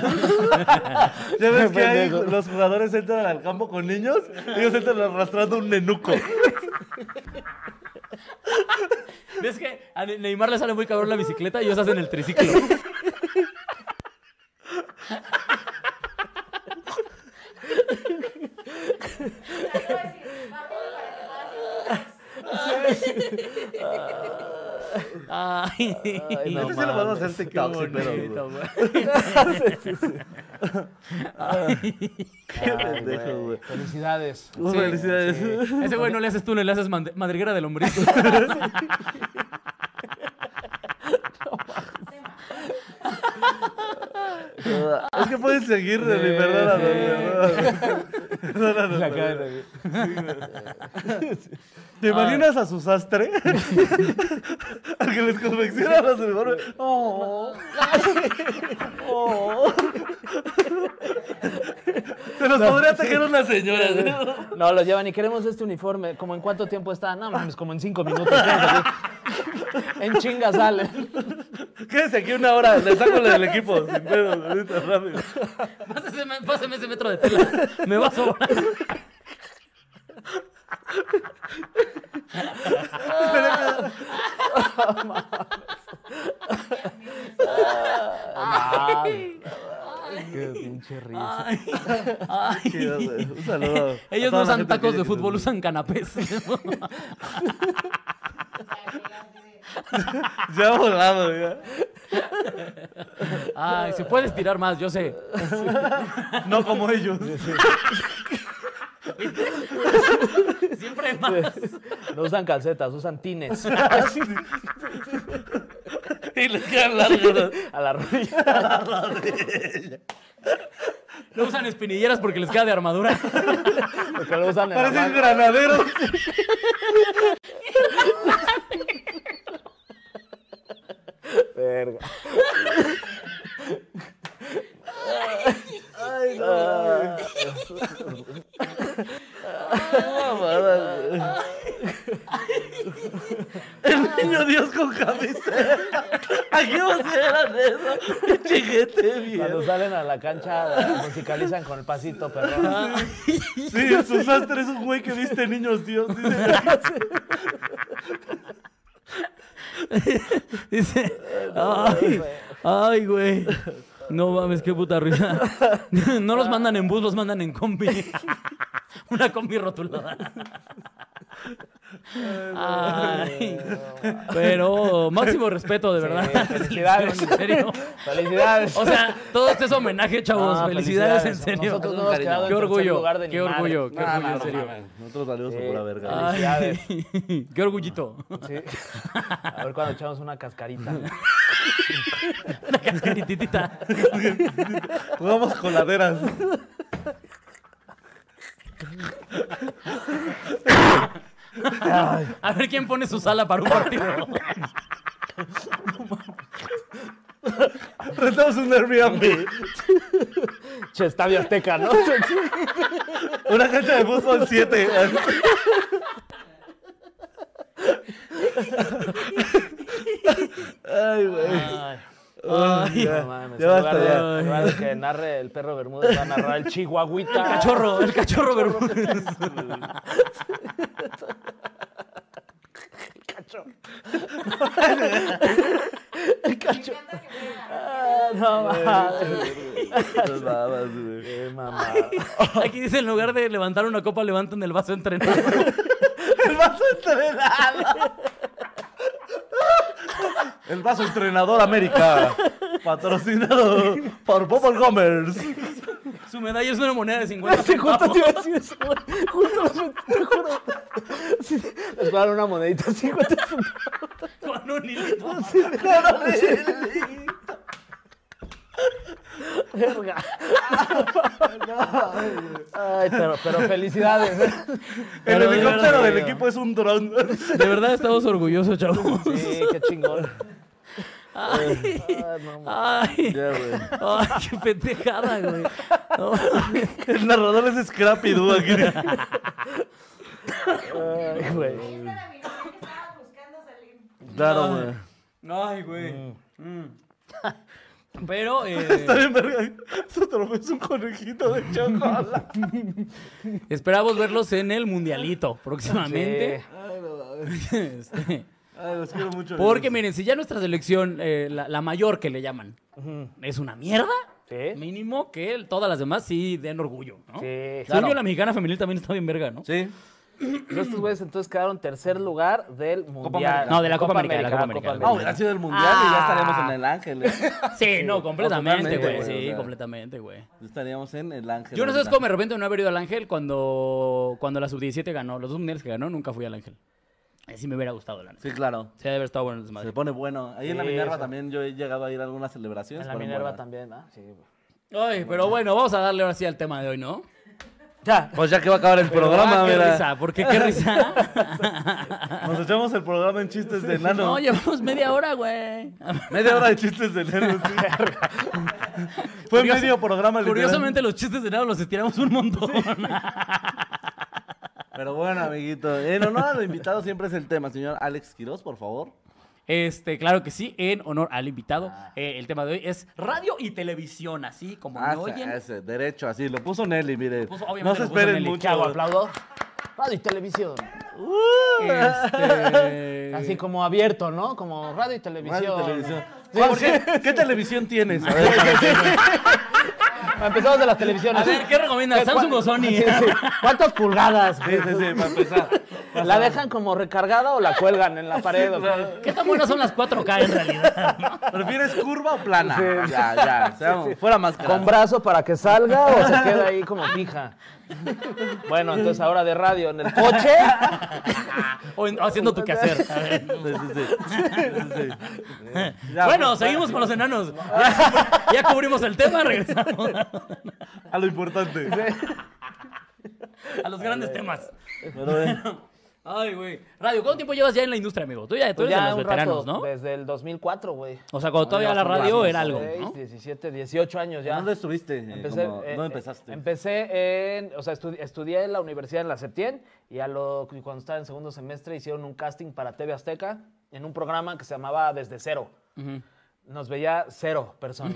Ya ves que hay, los jugadores entran al campo con niños, ellos entran arrastrando un nenuco. ¿Ves que a Ne- Neymar le sale muy cabrón la bicicleta y ellos hacen el triciclo? Ay, este sí lo vamos a hacer TikTok, sí, pero- bonito, güey. Qué Ay, pendejo, güey. güey. Felicidades. Uh, felicidades. sí. Ese güey no le haces tú, le haces mand- madriguera de lombriz. Ah, [laughs] Es que pueden seguir, Deli, Sí, perdóname, sí. perdóname. [laughs] Perdóname, La cara perdóname. de- ¿Te imaginas a su sastre? [laughs] Al que les confecciona los uniformes. [laughs] Oh. Oh. Se los podría tejer una señora. ¿eh? ¿no? No, los llevan y queremos este uniforme. ¿Cómo en cuánto tiempo está? No mames, como en cinco minutos. [laughs] en chinga sale. Quédese aquí una hora, le saco la del equipo. Sin pedo, ahorita, rápido. pásame, pásame ese metro de tela. Me va a sobrar. Qué pinche risa. Ay, ay. Chido, güey. Un saludo. a [laughs] Ellos no toda la usan gente que tacos viene de aquí fútbol, también. usan canapés. [laughs] Ya volado, ya. Ay, se puedes tirar más, yo sé. No como ellos. Siempre hay más. No usan calcetas, usan tines [laughs] y les quedan largas. a la rodilla. No usan espinilleras porque les queda de armadura. [laughs] Porque lo usan en la Parecen mano. granaderos. Verga. Ay, no. mames. Mamadas, güey. El niño Dios con camiseta. ¿A qué vas a hacer eso? Qué chiquete, Cuando bien. salen a la cancha, musicalizan con el pasito, perro. Sí, el sastre es un güey que viste niños Dios. dice. Dice, ay, ay, güey. No mames, qué puta risa. [laughs] No Ah. los mandan en bus, los mandan en combi. [laughs] Una combi rotulada. Ay. Pero máximo respeto, de verdad. Sí, [laughs] felicidades. En serio. Felicidades. O sea, todo este es homenaje, chavos. Ah, felicidades, felicidades. en serio. Nosotros no hemos quedado en qué tercer orgullo, lugar de ni qué madre. orgullo, qué No, orgullo, no, en serio. Nosotros valemos Sí. por la verga. Ay. Felicidades. Ay, [laughs] qué orgullito. Sí. A ver cuando echamos una cascarita. Una cascarititita. Jugamos coladeras. A ver quién pone su sala para un partido. Rentamos un Airbnb. Che, Estadio Azteca, ¿no? Una cancha de fútbol 7. Ay, güey. Ay. Ay, No mames, Ya en basta, lugar de- ya. en lugar de que narre el perro Bermúdez, va a narrar el [laughs] chihuahuita. El cachorro, el cachorro Bermúdez. Ah, No, mames. No mames, güey. Qué mamada. Aquí dice, en lugar de levantar una copa, levantan el vaso entrenado. El vaso entrenado. El vaso entrenador América. Patrocinado por Popol Gomers. Su medalla es una moneda de [laughs] 50 Sí, centavos. justo te iba a decir eso, güey. Justo lo- te juro. Sí, les voy a dar una monedita, 50 centavos. Con un hilito. Verga. Ay, pero, pero felicidades. ¿eh? El Pero de helicóptero verdad, del güey. equipo es un dron. De verdad estamos orgullosos, chavos. Sí, qué chingón. Ay, Ah, no, mames. ay, ay, qué pendejada, güey. No, El narrador es Scrappy Doo aquí. Ay, güey. Claro, güey. Ay, güey. Mm. [laughs] Pero eh, Está bien, verga. Su trofeo es un conejito de chocolate. esperamos verlos en el Mundialito próximamente. Sí. [laughs] Este, [laughs] Ay, los quiero mucho. Porque miren, si ya nuestra selección, eh, la, la mayor que le llaman, es una mierda, Sí. mínimo que el- todas las demás sí den orgullo, ¿no? Sí, Según claro. yo, la mexicana femenil también está bien verga, ¿no? Sí. Pero estos güeyes entonces quedaron tercer lugar del mundial. América. No, de la Copa América, de la Copa América. No, Ah, hubiera sido el mundial y ya estaríamos en el Ángel. ¿eh? [laughs] Sí, no, completamente, totalmente, güey. güey, Sí, o sea. completamente, güey. Estaríamos en el Ángel. Yo no sé ahorita. cómo de repente no haber ido al Ángel cuando, cuando la sub-17 ganó. Los dos mundiales que ganó, nunca fui al Ángel. Así me hubiera gustado, la neta. Sí, claro. Sí, debe haber estado bueno el desmadre. Se pone bueno. Ahí en la Sí, Minerva eso. también yo he llegado a ir a algunas celebraciones. En la se ponen Minerva buenas. también, ¿ah? Sí, güey. Ay, pero bueno, vamos a darle ahora sí al tema de hoy, ¿no? Ya. Pues ya que va a acabar el programa, Ah, qué mira. risa, ¿por qué qué [laughs] risa? Nos echamos el programa en chistes de enano. No, llevamos media hora, güey. Media hora de chistes de enano. sí. Fue Curiosa- medio programa literal. Curiosamente, los chistes de nada los estiramos un montón. Pero bueno, amiguito. En honor a los invitados siempre es el tema, señor Alex Quiroz, por favor. Este, claro que sí, en honor al invitado. eh, el tema de hoy es radio y televisión, así como Ah, me oyen. ese, ese, derecho, así. Lo puso Nelly, mire. puso- no obviamente se lo puso esperen Nelly. ¿Qué mucho. hago? ¿Aplaudo? Radio y televisión. Uh, Este, Así como abierto, ¿no? Como radio y televisión. radio y televisión. Sí, ¿Cuál- porque- qué, qué televisión tienes? A ver, Empezamos de las televisiones. A ver, ¿qué recomiendas? ¿Cuál- ¿Samsung o Sony? ¿eh? Sí, sí. ¿Cuántas pulgadas? sí, sí, sí, para empezar. ¿La dejan como recargada o la cuelgan en la pared? o qué? ¿Qué tan buenas son las 4K en realidad? [laughs] [laughs] ¿Prefieres curva o plana? Ya, ya. seamos- Fuera máscara. ¿Con brazo para que salga o se queda ahí como fija? Bueno, entonces ahora de radio en el coche. O, en- o haciendo tu quehacer. A ver. Sí, sí, sí. Sí, sí, sí. Ya, Eh, bueno, pues, seguimos con los enanos. Ya, ya cubrimos el tema, regresamos A lo importante. a los grandes temas. Pero, eh, Ay, güey. Radio, ¿cuánto tiempo llevas ya en la industria, amigo? Tú ya, tú eres de los Pues un Ah, veteranos, ¿no? desde el 2004, güey. O sea, cuando todavía la radio era algo, ¿no? 17, 18 años ya. ¿Dónde estuviste? eh, como- eh, ¿Dónde eh, empezaste? Empecé en, o sea, estu- estudié en la universidad en la Septién y a lo, y cuando estaba en segundo semestre hicieron un casting para TV Azteca en un programa que se llamaba Desde Cero. Nos veía cero [laughs] personas.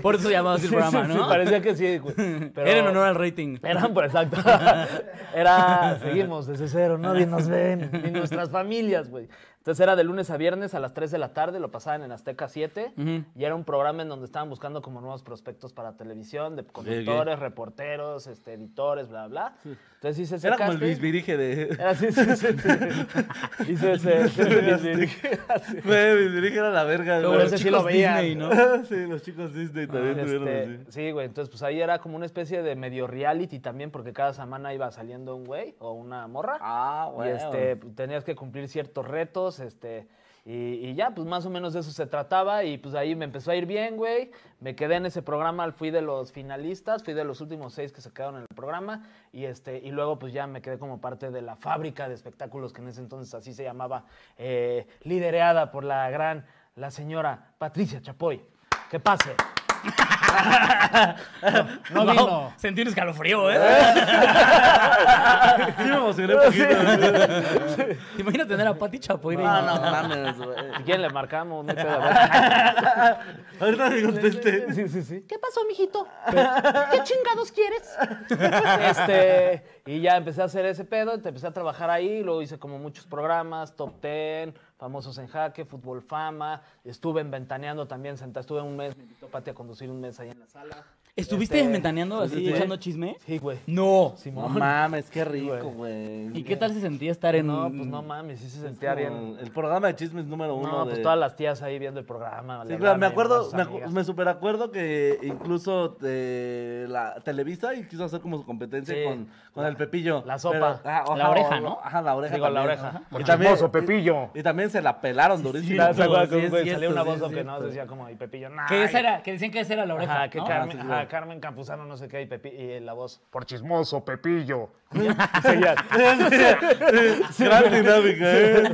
Por eso se llamaba así el programa, Sí, ¿no? sí, parecía que [laughs] sí, güey. Pero- Era en honor al rating. Eran, por [laughs] exacto. Era, seguimos desde cero, nadie nos ven, ni nuestras familias, güey. Entonces era de lunes a viernes a las 3 de la tarde, lo pasaban en Azteca 7, y era un programa en donde estaban buscando como nuevos prospectos para televisión, de conductores, reporteros, este, editores, bla, bla. Entonces hice ese Era como el casting. bisbirige de... Era así, sí, sí, sí. Hice ese. ese [laughs] bisbirige, así. Güey, el bisbirige era la verga. Pero güey. ese sí chicos lo veían. Disney, ¿no? [laughs] sí, los chicos Disney también tuvieron Este, así. sí, güey, entonces pues ahí era como una especie de medio reality también, porque cada semana iba saliendo un güey o una morra. Ah, Y bueno. este, pues, tenías que cumplir ciertos retos, este. Y, y ya, pues más o menos de eso se trataba. Y pues ahí me empezó a ir bien, güey. Me quedé en ese programa, fui de los finalistas, fui de los últimos seis que se quedaron en el programa. Y este, y luego pues ya me quedé como parte de la fábrica de espectáculos que en ese entonces así se llamaba, eh, liderada por la gran, la señora Patricia Chapoy. Que [laughs] pase. [laughs] No, no vino. Sentí un escalofrío, ¿eh? [laughs] Sí me [laughs] emocioné un poquito. ¿Te imaginas tener a Pati Chapoy? de No, no, invitada? mames, güey. ¿Y quién le marcamos? No hay pedo, ¿verdad? [laughs] Ahorita me contesté. Sí, sí, sí. ¿Qué pasó, mijito? ¿Qué chingados quieres? este, y ya empecé a hacer ese pedo, te empecé a trabajar ahí, luego hice como muchos programas, Top Ten, Famosos en Jaque, Fútbol Fama, estuve en Ventaneando también, sentado, estuve un mes, me invitó Pati a conducir un mes ahí en la sala. ¿Estuviste Este, inventaneando así, sí, sí. echando chisme? Sí, güey. No. No Simón. mames, qué rico, güey. ¿Y qué tal se sentía estar en...? No, pues no mames, sí se sentía bien. El programa de chismes número uno. No, pues de- todas las tías ahí viendo el programa. Sí, le claro, me hablaban, acuerdo, sus me, acu- amigas. me superacuerdo que incluso eh, la Televisa y quiso hacer como su competencia Sí. con, con el Pepillo. la sopa. ah, La oreja, ¿no? Ajá, la oreja. Sí, con la también, oreja. ajá. Por Y también, chismoso, Pepillo. Y, y también se la pelaron durísimo. Ah, Ya, ¿se acuerdan Sí, que un es güey cierto, salía una sí, voz es que no cierto. decía como, y Pepillo, no. Que esa era, que decían que esa era la [laughs] oreja, Ajá, que ¿no? Ah, Carmen, sí, ajá, sí. Carmen Campuzano, no sé qué, y, Pepi- y la voz. por [laughs] chismoso, Pepillo. Gran dinámica, ¿eh?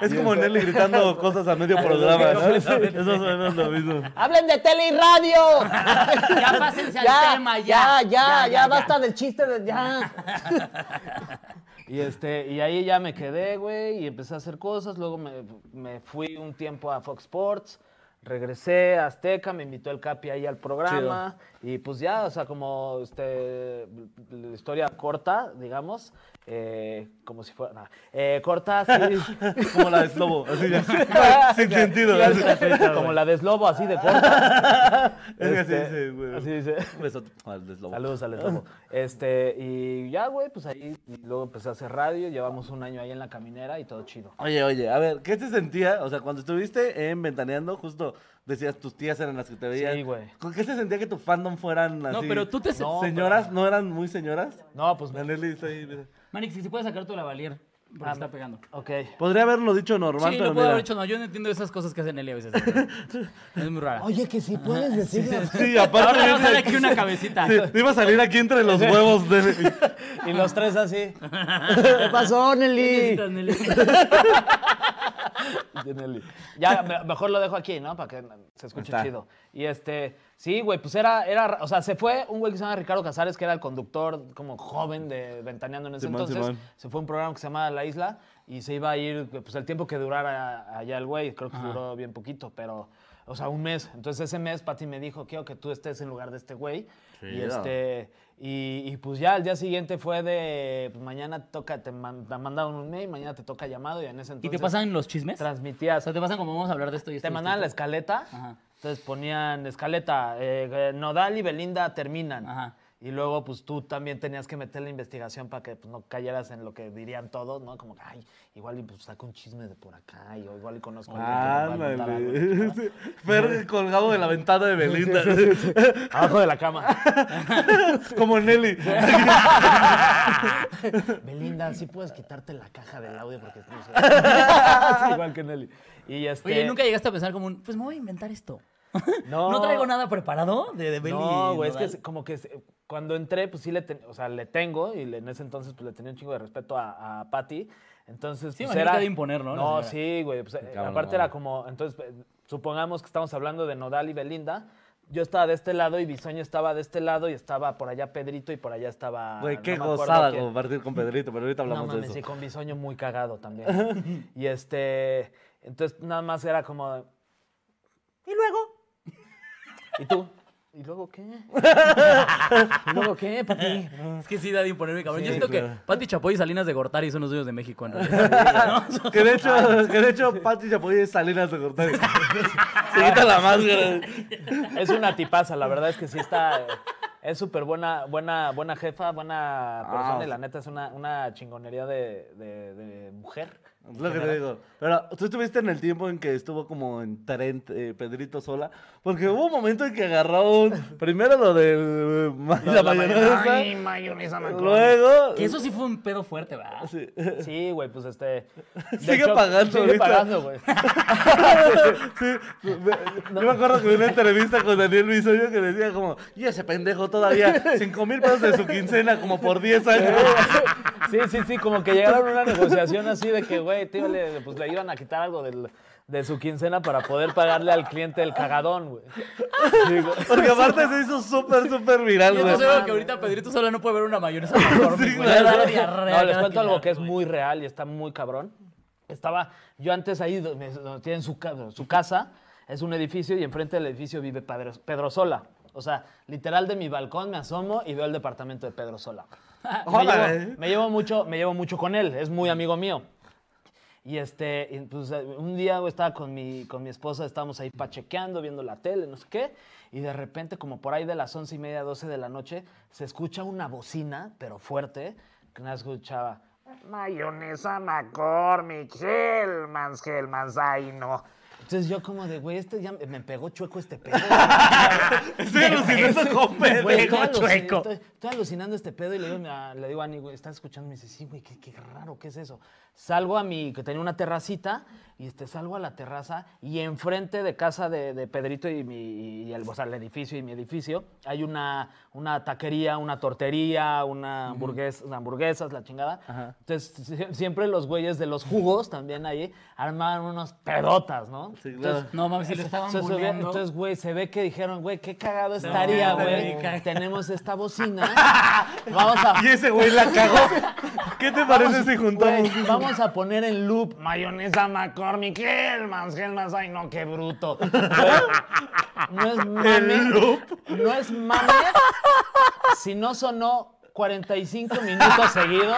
Es como Nelly gritando cosas a medio programa, ¿no? Eso suena lo mismo. ¡Hablen de tele y radio! [laughs] [laughs] Ya pásense al tema, ya, ya. ya, ya, basta del chiste de ya. [laughs] Y este, y ahí ya me quedé, güey, y empecé a hacer cosas. Luego me, me fui un tiempo a Fox Sports. Regresé a Azteca, me invitó el Capi ahí al programa. Y pues ya, o sea, como este, la historia corta, digamos. eh, como si fuera. nah, eh, corta, así. Como la de Slobo. Así [laughs] ya. Güey, Sin sentido. Sí, así. como la de Slobo, así de [laughs] corta. Es que así Este, dice, güey. así dice. Un besote al de Slobo. Saludos al Slobo. Este, y ya, güey, pues ahí y luego empecé a hacer radio, llevamos un año ahí en la caminera y todo chido. Oye, oye, a ver, ¿qué te sentía? O sea, cuando estuviste en Ventaneando, justo decías tus tías eran las que te veían. Sí, güey. ¿Con qué se sentía que tu fandom fueran así? No, pero tú te... No, ¿Señoras? ¿No eran muy señoras? No, pues La Nelly está ahí, mira. Manix, si puedes sacar tu lavalier, porque está pegando. Ok. Podría haberlo dicho normal, Sí, pero lo puedo haber mira. hecho. No, yo no entiendo esas cosas que hacen Eli a veces. [laughs] es muy rara. Oye, que si puedes decir Sí, aparte. Ahora va a viene- salir aquí una cabecita. Sí, iba a salir aquí entre los huevos [laughs] de. Y los tres [laughs] así. ¿Qué pasó, Nelly? Necesitas, [laughs] Nelly. Ya, me- mejor lo dejo aquí, ¿no? Para que se escuche Está. chido. Y este, sí, güey, pues era, era, o sea, se fue un güey que se llama Ricardo Casares, que era el conductor como joven de Ventaneando en ese Simón, entonces. Simón. Se fue a un programa que se llamaba La Isla y se iba a ir, pues el tiempo que durara allá el güey, creo que duró bien poquito, pero, o sea, un mes. Entonces ese mes Pati me dijo, quiero que tú estés en lugar de este güey. Y Chido. este, eh, y, y, pues ya al día siguiente fue de pues, mañana te toca, te, man- te mandaban un mail, mañana te toca llamado y en ese ¿Y te entonces. pasan los chismes? O Transmitías. sea, te pasan como vamos a hablar de esto y esto. y esto Te y mandaban la esto? escaleta, Ajá. entonces ponían escaleta, eh, eh, Nodal y Belinda terminan. Ajá. Y luego, pues tú también tenías que meter la investigación para que pues, no cayeras en lo que dirían todos, ¿no? Como, que, ay, igual y pues saco un chisme de por acá, y o igual y conozco a alguien que nos va a contar algo". Ándale. Sí, Fer colgado de la ventana de Belinda. Abajo de la cama. [laughs] [laughs] Como Nelly. Belinda, sí puedes quitarte la caja del audio porque es [laughs] igual que Nelly. Y este, Oye, ¿nunca llegaste a pensar como un, pues me voy a inventar esto? No. no traigo nada preparado de, de Beli No, güey, es que Nodal? se- como que se- cuando entré, pues sí le, ten- o sea, le tengo y le- en ese entonces pues, le tenía un chingo de respeto a, a Patty. Entonces, Sí, imagino pues que era ha de imponer, ¿no? La No, señora. sí, güey. Pues, eh, cabrón, aparte no. era como, entonces, eh, supongamos que estamos hablando de Nodal y Belinda. Yo estaba de este lado y Bisoño estaba de este lado y estaba por allá Pedrito y por allá estaba. Güey, qué no me acuerdo gozada quién. compartir con Pedrito, pero ahorita hablamos no de mames, eso. sí, con bisoño muy cagado [laughs] también. y este, entonces nada más era como, ¿y luego? [laughs] ¿Y tú? ¿Y luego [laughs] qué? ¿Y luego qué, papi? Es que sí da de imponerme, cabrón. Yo Sí, siento claro. que Pati Chapoy y Salinas de Gortari son los dueños de México, en [laughs] realidad. ¿no? [laughs] Que de hecho, Ah, que de hecho, Pati Chapoy es Salinas [laughs] de Gortari. Se quita la máscara. Es una tipaza, la verdad es que sí está... eh, Es súper buena, buena, buena jefa, buena persona Ah. y la neta es una, una chingonería de, de- de mujer. Es lo que te digo. Pero tú estuviste en el tiempo en que estuvo como en Trent, eh, Pedrito sola. Porque hubo un momento en que agarró un- primero lo del. eh, ma- la mayonesa. luego. Que eso sí fue un pedo fuerte, ¿verdad? Sí. Sí, güey, pues este... de Sigue pagando Sigue ahorita. pagando, güey. [laughs] Sí, me- Yo me acuerdo que vi una entrevista con Daniel Bisoño que decía como, y ese pendejo todavía, cinco mil pesos de su quincena como por 10 años. [laughs] Sí, sí, sí, como que llegaron a una negociación así de que, güey, tío, le, pues le iban a quitar algo del- de su quincena para poder pagarle al cliente el cagadón, [laughs] güey. Porque aparte se hizo súper, súper viral, Y esto güey. seguro que ahorita Pedrito sola no puede ver una mayonesa por mi güey. Le va a dar diarrea No, les cada cuento que algo la- que es muy real y está muy cabrón. Estaba yo antes ahí, do- me- donde tienen su, ca- su casa, es un edificio y enfrente del edificio vive Padre- Pedro Sola. O sea, literal de mi balcón me asomo y veo el departamento de Pedro Sola. Me Órale. llevo, me llevo mucho, me llevo mucho con él, es muy amigo mío. Y este, y, pues, eh, un día güey, estaba con mi, con mi esposa, estábamos ahí pachequeando, viendo la tele, no sé qué, y de repente, como por ahí de las once y media, doce de la noche, se escucha una bocina, pero fuerte, que nada escuchaba. Mayonesa McCormick, Hellmans, Hellmans, ay no. Entonces yo como de, güey, este ya me me pegó chueco [laughs] este pedo. Estoy alucinando con Güey, pendejo. estoy, alucin- chueco. estoy- estoy alucinando este pedo y le digo, a, le digo a Ani, güey, ¿estás escuchando? Me dice, sí, güey, qué, qué raro, ¿qué es eso? Salgo a mi, que tenía una terracita, y este, salgo a la terraza y enfrente de casa de, de Pedrito y mi, y el, o sea, el edificio y mi edificio, hay una, una taquería, una tortería, una hamburgues- hamburguesas, la chingada. Entonces, sie- siempre los güeyes de los jugos también ahí armaban unos pedotas, ¿no? Sí, claro. Entonces, No, mames, si le estaban entonces, güey, [laughs] bulleando. entonces, güey, se ve que dijeron, güey, qué cagado estaría, mames, güey. güey. Tenemos esta bocina. Vamos a. Y ese güey la cagó. ¿Qué te parece si juntamos? Güey, vamos a poner en loop. Mayonesa McCormick, Hellmans, Hellmans, ay no, qué bruto. No es mame. No es mame. Si no sonó 45 minutos seguidos,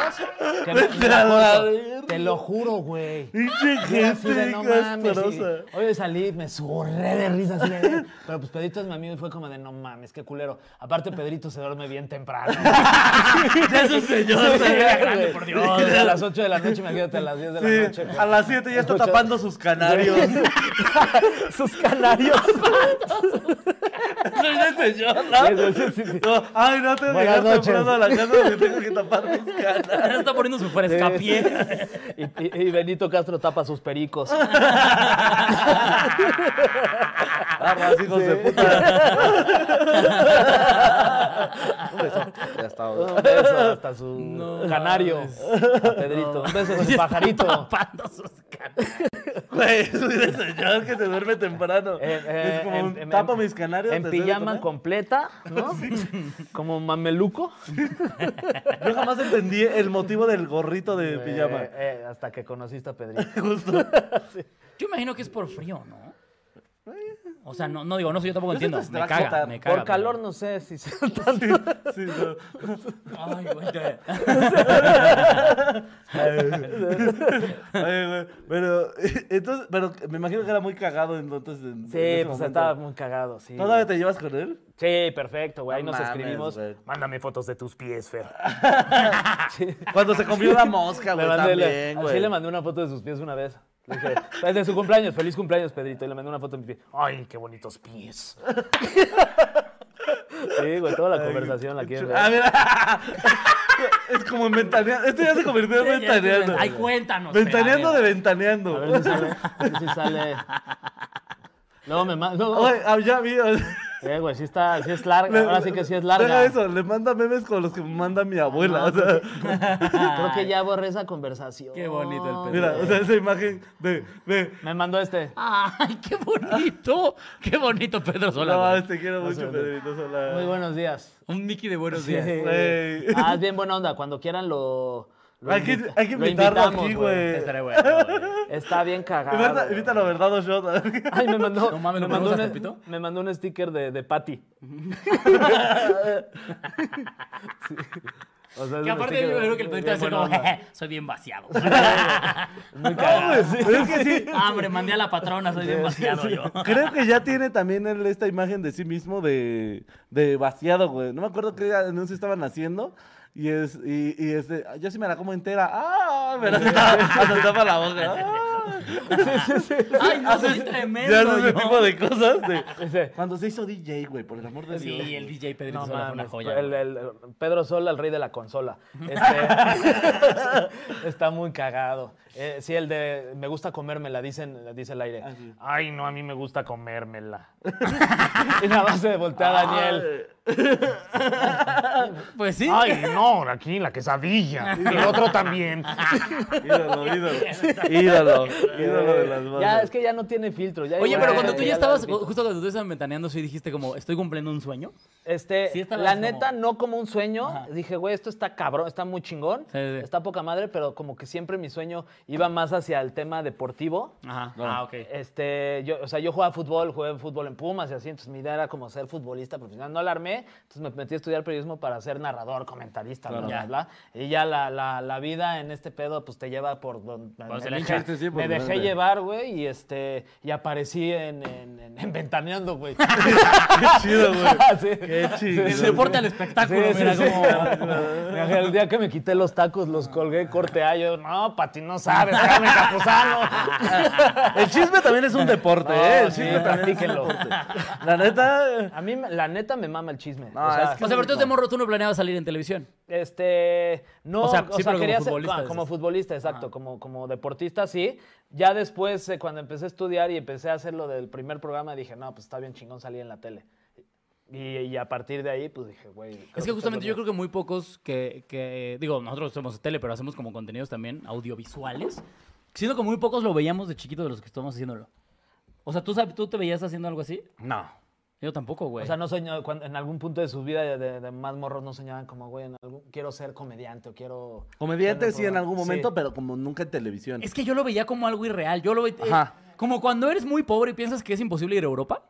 que me- me a la acuerdo. verga. te lo juro, güey. Pinche Yo así de, gente no mames, y- castrosa. Oye, salí, me surré de risa así de, [laughs] Pero pues Pedrito es mi amigo y fue como de no mames, qué culero. Aparte, Pedrito se duerme bien temprano. Ya es un señor. Sí, se ve güey. grande, por Dios. A las 8 de la noche, imagínate a las 10 de la Sí, noche. güey. a las 7 ya está Escucha- tapando sus canarios. Sus [laughs] canarios. [laughs] Soy de señor, ¿no? No, Ay, no te Buenas dejaste noches. temprano a la casa porque tengo que tapar mis canarios. Ya está poniendo su frescapié. Y, y- y Benito Castro tapa sus pericos. Aguas, hijos de puta. Un beso. Ya está. Un beso hasta su No canario. a Pedrito. Un beso [laughs] a su pajarito. Tapando sus canas. Güey, soy de señor que se duerme temprano. Eh, eh, es como en- un en- tapo en- mis canarios. En te estoy de pijama comer. completa, ¿no? Como mameluco. Yo jamás entendí el motivo del gorrito de pijama. Eh, eh, hasta que conociste a Pedrito. [laughs] Yo imagino que es por frío, ¿no? O sea, no, no digo, no sé, yo tampoco Yo siento entiendo. que se Me te va a caga, agotar. me caga. Por calor no sé si se Sí, sí, no. Ay, güey. te- Oye, güey, pero, [laughs] entonces, pero me imagino que era muy cagado entonces. en- en Sí, ese pues momento. estaba muy cagado, sí. ¿Todavía te llevas con él? Sí, perfecto, güey. Ahí nos mames, escribimos. [laughs] güey. Mándame fotos de tus pies, Fer. Cuando se comió la mosca, Le Ah, güey, mandé, le- también, sí, güey. le mandé una foto de sus pies una vez. Le dije, es de su cumpleaños, feliz cumpleaños, Pedrito. Y le mandé una foto de mis pies. Ay, qué bonitos pies. Sí, güey, toda la conversación la quieren ver. Ah, mira. [laughs] es como en ventaneando. Esto ya [laughs] se convirtió en Ya estoy ventaneando. ven- Ay, cuéntanos. Fer, a Ventaneando de ver. ventaneando. A ver si sale. A ver si sale. Luego me manda. No, [laughs] Oye, ah, ya vi. o sea, eh, güey, sí, está, sí es larga. le- Ahora sí que sí es Deja larga. Ah, eso, le manda memes con los que me manda mi abuela. o sea, Creo que ya borré esa conversación. Qué bonito el Pedrito. mira, o sea, esa imagen de. de Me mandó este. Ay, qué bonito. Qué bonito, Pedro Sola. no, güey. mames, ah, te quiero mucho, Pedrito Sola. Muy buenos días. Un Mickey de buenos días. [laughs] Güey. Ah, es bien buena onda. Cuando quieran lo. lo Hay que- invita- hay que lo invitarlo aquí, invitamos, güey. Estaré bueno, güey. Está bien cagado. Invita- güey. Invítalo, ¿verdad, Oshot? Ay, me mandó, No mames, me, ¿lo ponemos mandó a un, Pepito? me mandó un sticker de, [laughs] de Patty. Sí. O sea, es Que un aparte sticker yo de- creo que el Pedrito bien hace buena [laughs] como, onda. soy bien vaciado. Muy cagado. Es que sí. Ah, hombre, mandé a la patrona, soy bien vaciado yo. Creo que ya tiene también él esta imagen de sí mismo de, de vaciado, güey. No me acuerdo qué anuncio estaban haciendo. Y es, y, y es de, yo sí me la como entera. ¡Ah! Me [laughs] la hasta tapa la boca. ¡Ah! Ay, no, soy Haces- tremendo Ya haces ese yo. tipo de cosas. [laughs] de- Ese- cuando se hizo DJ, güey, por el amor de Dios. Sí, el DJ Pedrito No, Sola fue una mames, joya. el- el- el Pedro Sola, el rey de la consola. [laughs] Este, [laughs] está muy cagado. Eh, sí, el de me gusta comérmela, dicen, dice el Ah, aire. Ay, no, a mí me gusta comérmela. [laughs] Y nada más se voltea Ah, a Daniel. Pues sí. Ay, no, aquí la quesadilla. Y el otro también. [laughs] [laughs] Ídolo, ídolo. Ídolo. Ídolo de las Este, Ya, bandas. es que ya no tiene filtro. ya Oye, igual, pero cuando tú eh, ya la- estabas, justo cuando tú estabas ventaneando, sí dijiste como, estoy cumpliendo un sueño. Este, Sí, esta la la ves como- neta, no como un sueño. Dije, güey, esto está cabrón, está muy chingón, Sí, sí. está poca madre, pero como que siempre mi sueño iba más hacia el tema deportivo. Ajá. Ah, ok. Este, yo, o sea, yo jugaba fútbol, jugué fútbol en Pumas y así, entonces mi idea era como ser futbolista profesional. No la armé, entonces me metí a estudiar periodismo para ser narrador, comentarista, bla, bla, Ya. bla. Y ya la, la- la vida en este pedo, pues te lleva por donde. Pues, me el dejé, chiste, sí, por me dejé donde. llevar, güey, y este, y aparecí en, en- en- en Ventaneando, güey. [laughs] Qué chido, güey. [laughs] Sí. Qué chido. El deporte al espectáculo, Sí, sí, mira, [laughs] sí. como... Mira, El día que me quité los tacos, los colgué, corte A. Yo, no, Pati, no sabes, Carmen [laughs] Capuzano. El chisme también es un deporte, No, ¿eh? El sí, chisme también es un practíquenlo. deporte. La neta. A mí, la neta, me mama el chisme. No, o sea, es O sea, pero tú de morro tú no planeabas salir en televisión. Este, no, O o sea, sea, sí, pero como quería ser- futbolista, ah, dices. Ah. como futbolista, exacto, como, como deportista, sí. Ya después, eh, cuando empecé a estudiar y empecé a hacer lo del primer programa, dije, no, pues está bien chingón salir en la tele. Y, y a partir de ahí, pues dije, güey. creo Es esto que justamente lo yo creo que muy pocos que, que- digo, nosotros somos tele, pero hacemos como contenidos también audiovisuales. Siento que muy pocos lo veíamos de chiquito de los que estamos haciéndolo. O sea, ¿tú, sab- tú te veías haciendo algo así? No. Yo tampoco, güey. O sea, no soñó, cuando- en algún punto de su vida de, de- de más morros no soñaban como, güey, en algún- quiero ser comediante o quiero... Comediante tener sí en programa". algún Sí. momento, pero como nunca en televisión. Es que yo lo veía como algo irreal. Yo lo veía. Ajá. como cuando eres muy pobre y piensas que es imposible ir a Europa.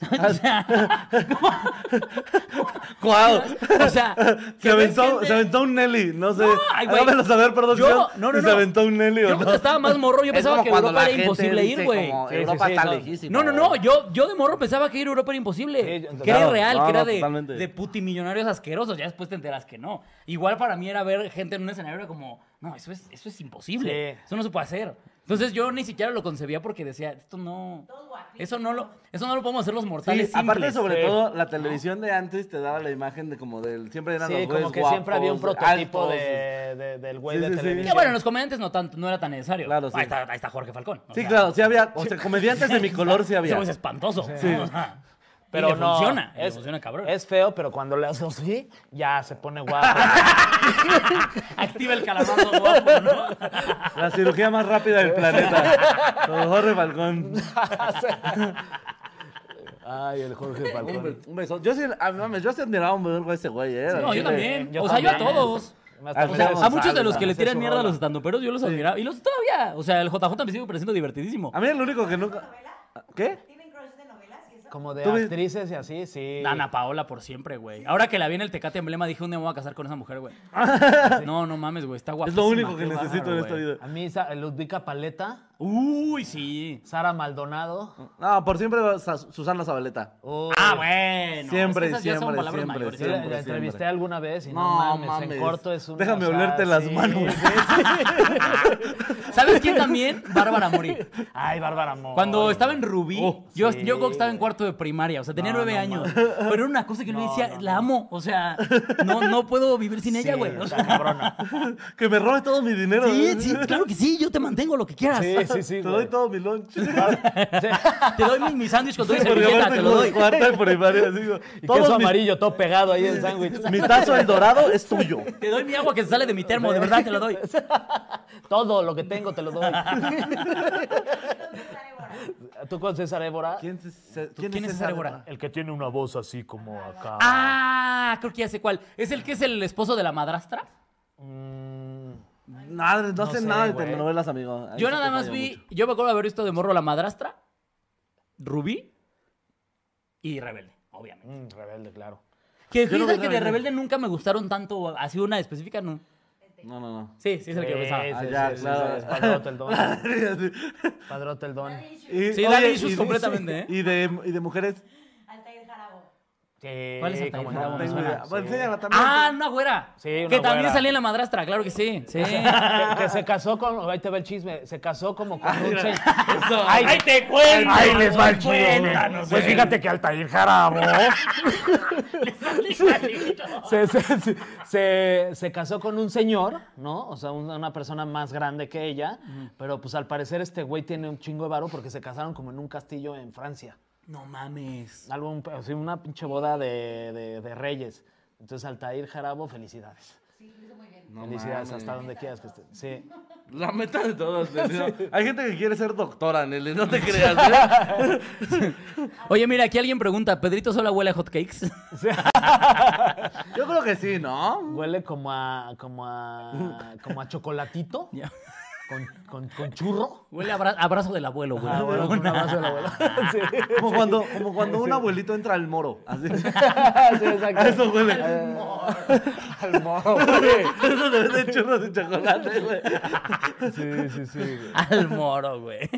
[laughs] Ah. [laughs] ¡Guau! O sea, que [laughs] Se aventó, ves gente- se aventó un Nelly, no sé. ay, güey. Hágamelo saber, producción. Yo- no, no, si no. se aventó un Nelly Yo o cuando no. estaba más morro, yo Es pensaba como que cuando Europa la era gente imposible dice ir, güey. como, Sí, Europa sí, sí, está no. lejísimo. No, no, no, yo, yo de morro pensaba que ir a Europa era imposible. Sí, yo- que era claro, real, no, que era no, de, totalmente. de putimillonarios asquerosos. Ya después te enteras que no. Igual para mí era ver gente en un escenario era como, no, eso es, eso es imposible. Sí. Eso no se puede hacer. Entonces yo ni siquiera lo concebía porque decía, esto no. Eso no lo, eso no lo podemos hacer los Sí, mortales. aparte simples". sobre todo la televisión de antes te daba la imagen de como del siempre eran Sí, los como güeyes que siempre había un guapos, prototipo altos. de, de- del güey Sí, de sí, sí. Que televisión. bueno, en los comediantes no tanto, no era tan necesario. Claro, sí. ahí, está, ahí está Jorge Falcón. o Sí, sea, claro, sí había, o sea, comediantes de mi color sí Ese había. güey es espantoso. ¿no? O sea, y Pero le no, funciona, le es- funciona cabrón. Es feo, pero cuando le haces así, ya se pone [laughs] guapo. [laughs] Activa el calamardo guapo, ¿no? [laughs] La cirugía más rápida del planeta. Don Jorge Falcón. Ay, el Jorge Falcón. Un beso. Yo sí, a, mames, yo sí admiraba un vergo a ese güey, eh. No, yo Sí, también. yo o sea, yo a también. todos. Me hasta- Alfredo o sea, A muchos de los que le González, tiran su mierda a rola. los estandoperos, yo los admiraba. Y los todavía. O sea, el JJ me sigue pareciendo divertidísimo. A mí el único que nunca. ¿Qué? ¿Tienen crush de novelas y eso? Como de Tú ves- actrices y así, sí. Ana Paola por siempre, güey. Ahora que la vi en el Tecate Emblema, dije, un día me voy a casar con esa mujer, [laughs] güey? No, no mames, güey. Está Es guapísima. lo único que qué necesito bárbaro, en esta güey. vida. A mí Sa- Ludvica Paleta, Uy, sí. Sara Maldonado. No, por siempre va Sa- Susana Zabaleta. Uy, Ah, bueno. pues Siempre, es que esas ya son siempre, palabras siempre, mayores. ¿eh? yo la, la siempre. entrevisté alguna vez y no, No, mames, mames. en corto es un... Déjame olerte las [laughs] manos. ¿Sabes quién también? Bárbara Mori. Ay, Bárbara Mor. Cuando estaba en Rubí, yo, yo creo que estaba en cuarto de primaria, o sea, tenía No, nueve no años. mames. Pero era una cosa que yo le decía, la amo, o sea, no, no puedo vivir sin ella, güey. O sea, cabrona. [laughs] Que me robe todo mi dinero. Sí, eh. [laughs] sí, claro que sí, yo te mantengo lo que quieras. Sí, sí, sí, Te güey. doy todo mi [laughs] lunch. Sí. Te doy mi, mi sándwich con todo y Porque servilleta, aparte te lo como de doy. cuarta de primaria, digo, Y todos queso mis- amarillo, todo pegado [laughs] ahí en el sándwich. [laughs] Mi tazo el dorado es tuyo. Te doy mi agua que sale de mi termo, de verdad te lo doy. Todo lo que tengo te [laughs] lo doy. ¿Tú con César Évora? ¿Quién es, César- ¿Quién es César Évora? El que tiene una voz así como acá. Ah, creo que ya sé cuál. ¿Es el que es el esposo de la madrastra? Mm, Nada, no, sé sé, nada de güey. telenovelas, amigo. Ahí Yo sí te nada más fallo vi, mucho. yo me acuerdo de haber visto de morro la madrastra, Rubí y Rebelde, obviamente. mm, rebelde, claro. Que Yo no fíjate veo que de Rebelde. Rebelde nunca me gustaron tanto, así una específica, no. No, no, [laughs] no. Sí, sí es el que yo pensaba. Sí, sí, Ah, ya, sí, sí, claro. sí, es Padrote el don. Sí. Padrote el don. Y- Sí, daddy oye, issues y- completamente, ¿eh? Y de, y de mujeres. Altair Jarabo. Sí, ¿Cuál es el cómo Taita no, Bravo? me Me suena, Bueno, sí. enséñala también. Ah, una güera. Sí, una que también güera. salía en la madrastra, claro que sí. Sí. Que, que se casó con. Ahí te va el chisme. Se casó como Ah, con un. se- [laughs] Ay, te cuento. Ahí les va el chido. Cuéntanos, Pues güey. fíjate que [laughs] Altair Jarabo. ¿eh? se, se- se- se- se casó con un señor, ¿no? O sea, un- una persona más grande que ella. Pero pues al parecer este güey tiene un chingo de varo porque se casaron como en un castillo en Francia. No mames. Algo, un- así, una pinche boda de, de- de reyes. Entonces, Altair Jarabo, felicidades. No felicidades mames. hasta donde quieras que estés. Sí. La meta de [laughs] todos. Nelly, ¿no? Hay gente que quiere ser doctora, Nelly, no te creas. ¿eh? [laughs] Oye, mira, aquí alguien pregunta, ¿Pedrito solo huele a hotcakes? Yo creo que sí, ¿no? Huele como a, como a, como a chocolatito [laughs] Ya. con, con- con [laughs] churro. Huele a abra- abrazo del abuelo, güey. Ah, bueno, con un abrazo de la abuela. [laughs] Sí. Como cuando, como cuando un abuelito entra al moro. [laughs] Así. Sí, A exacto. eso huele. Al [laughs] moro, güey. Eso debe de churros de chocolate, güey. Sí, sí, sí. güey. Al moro, güey.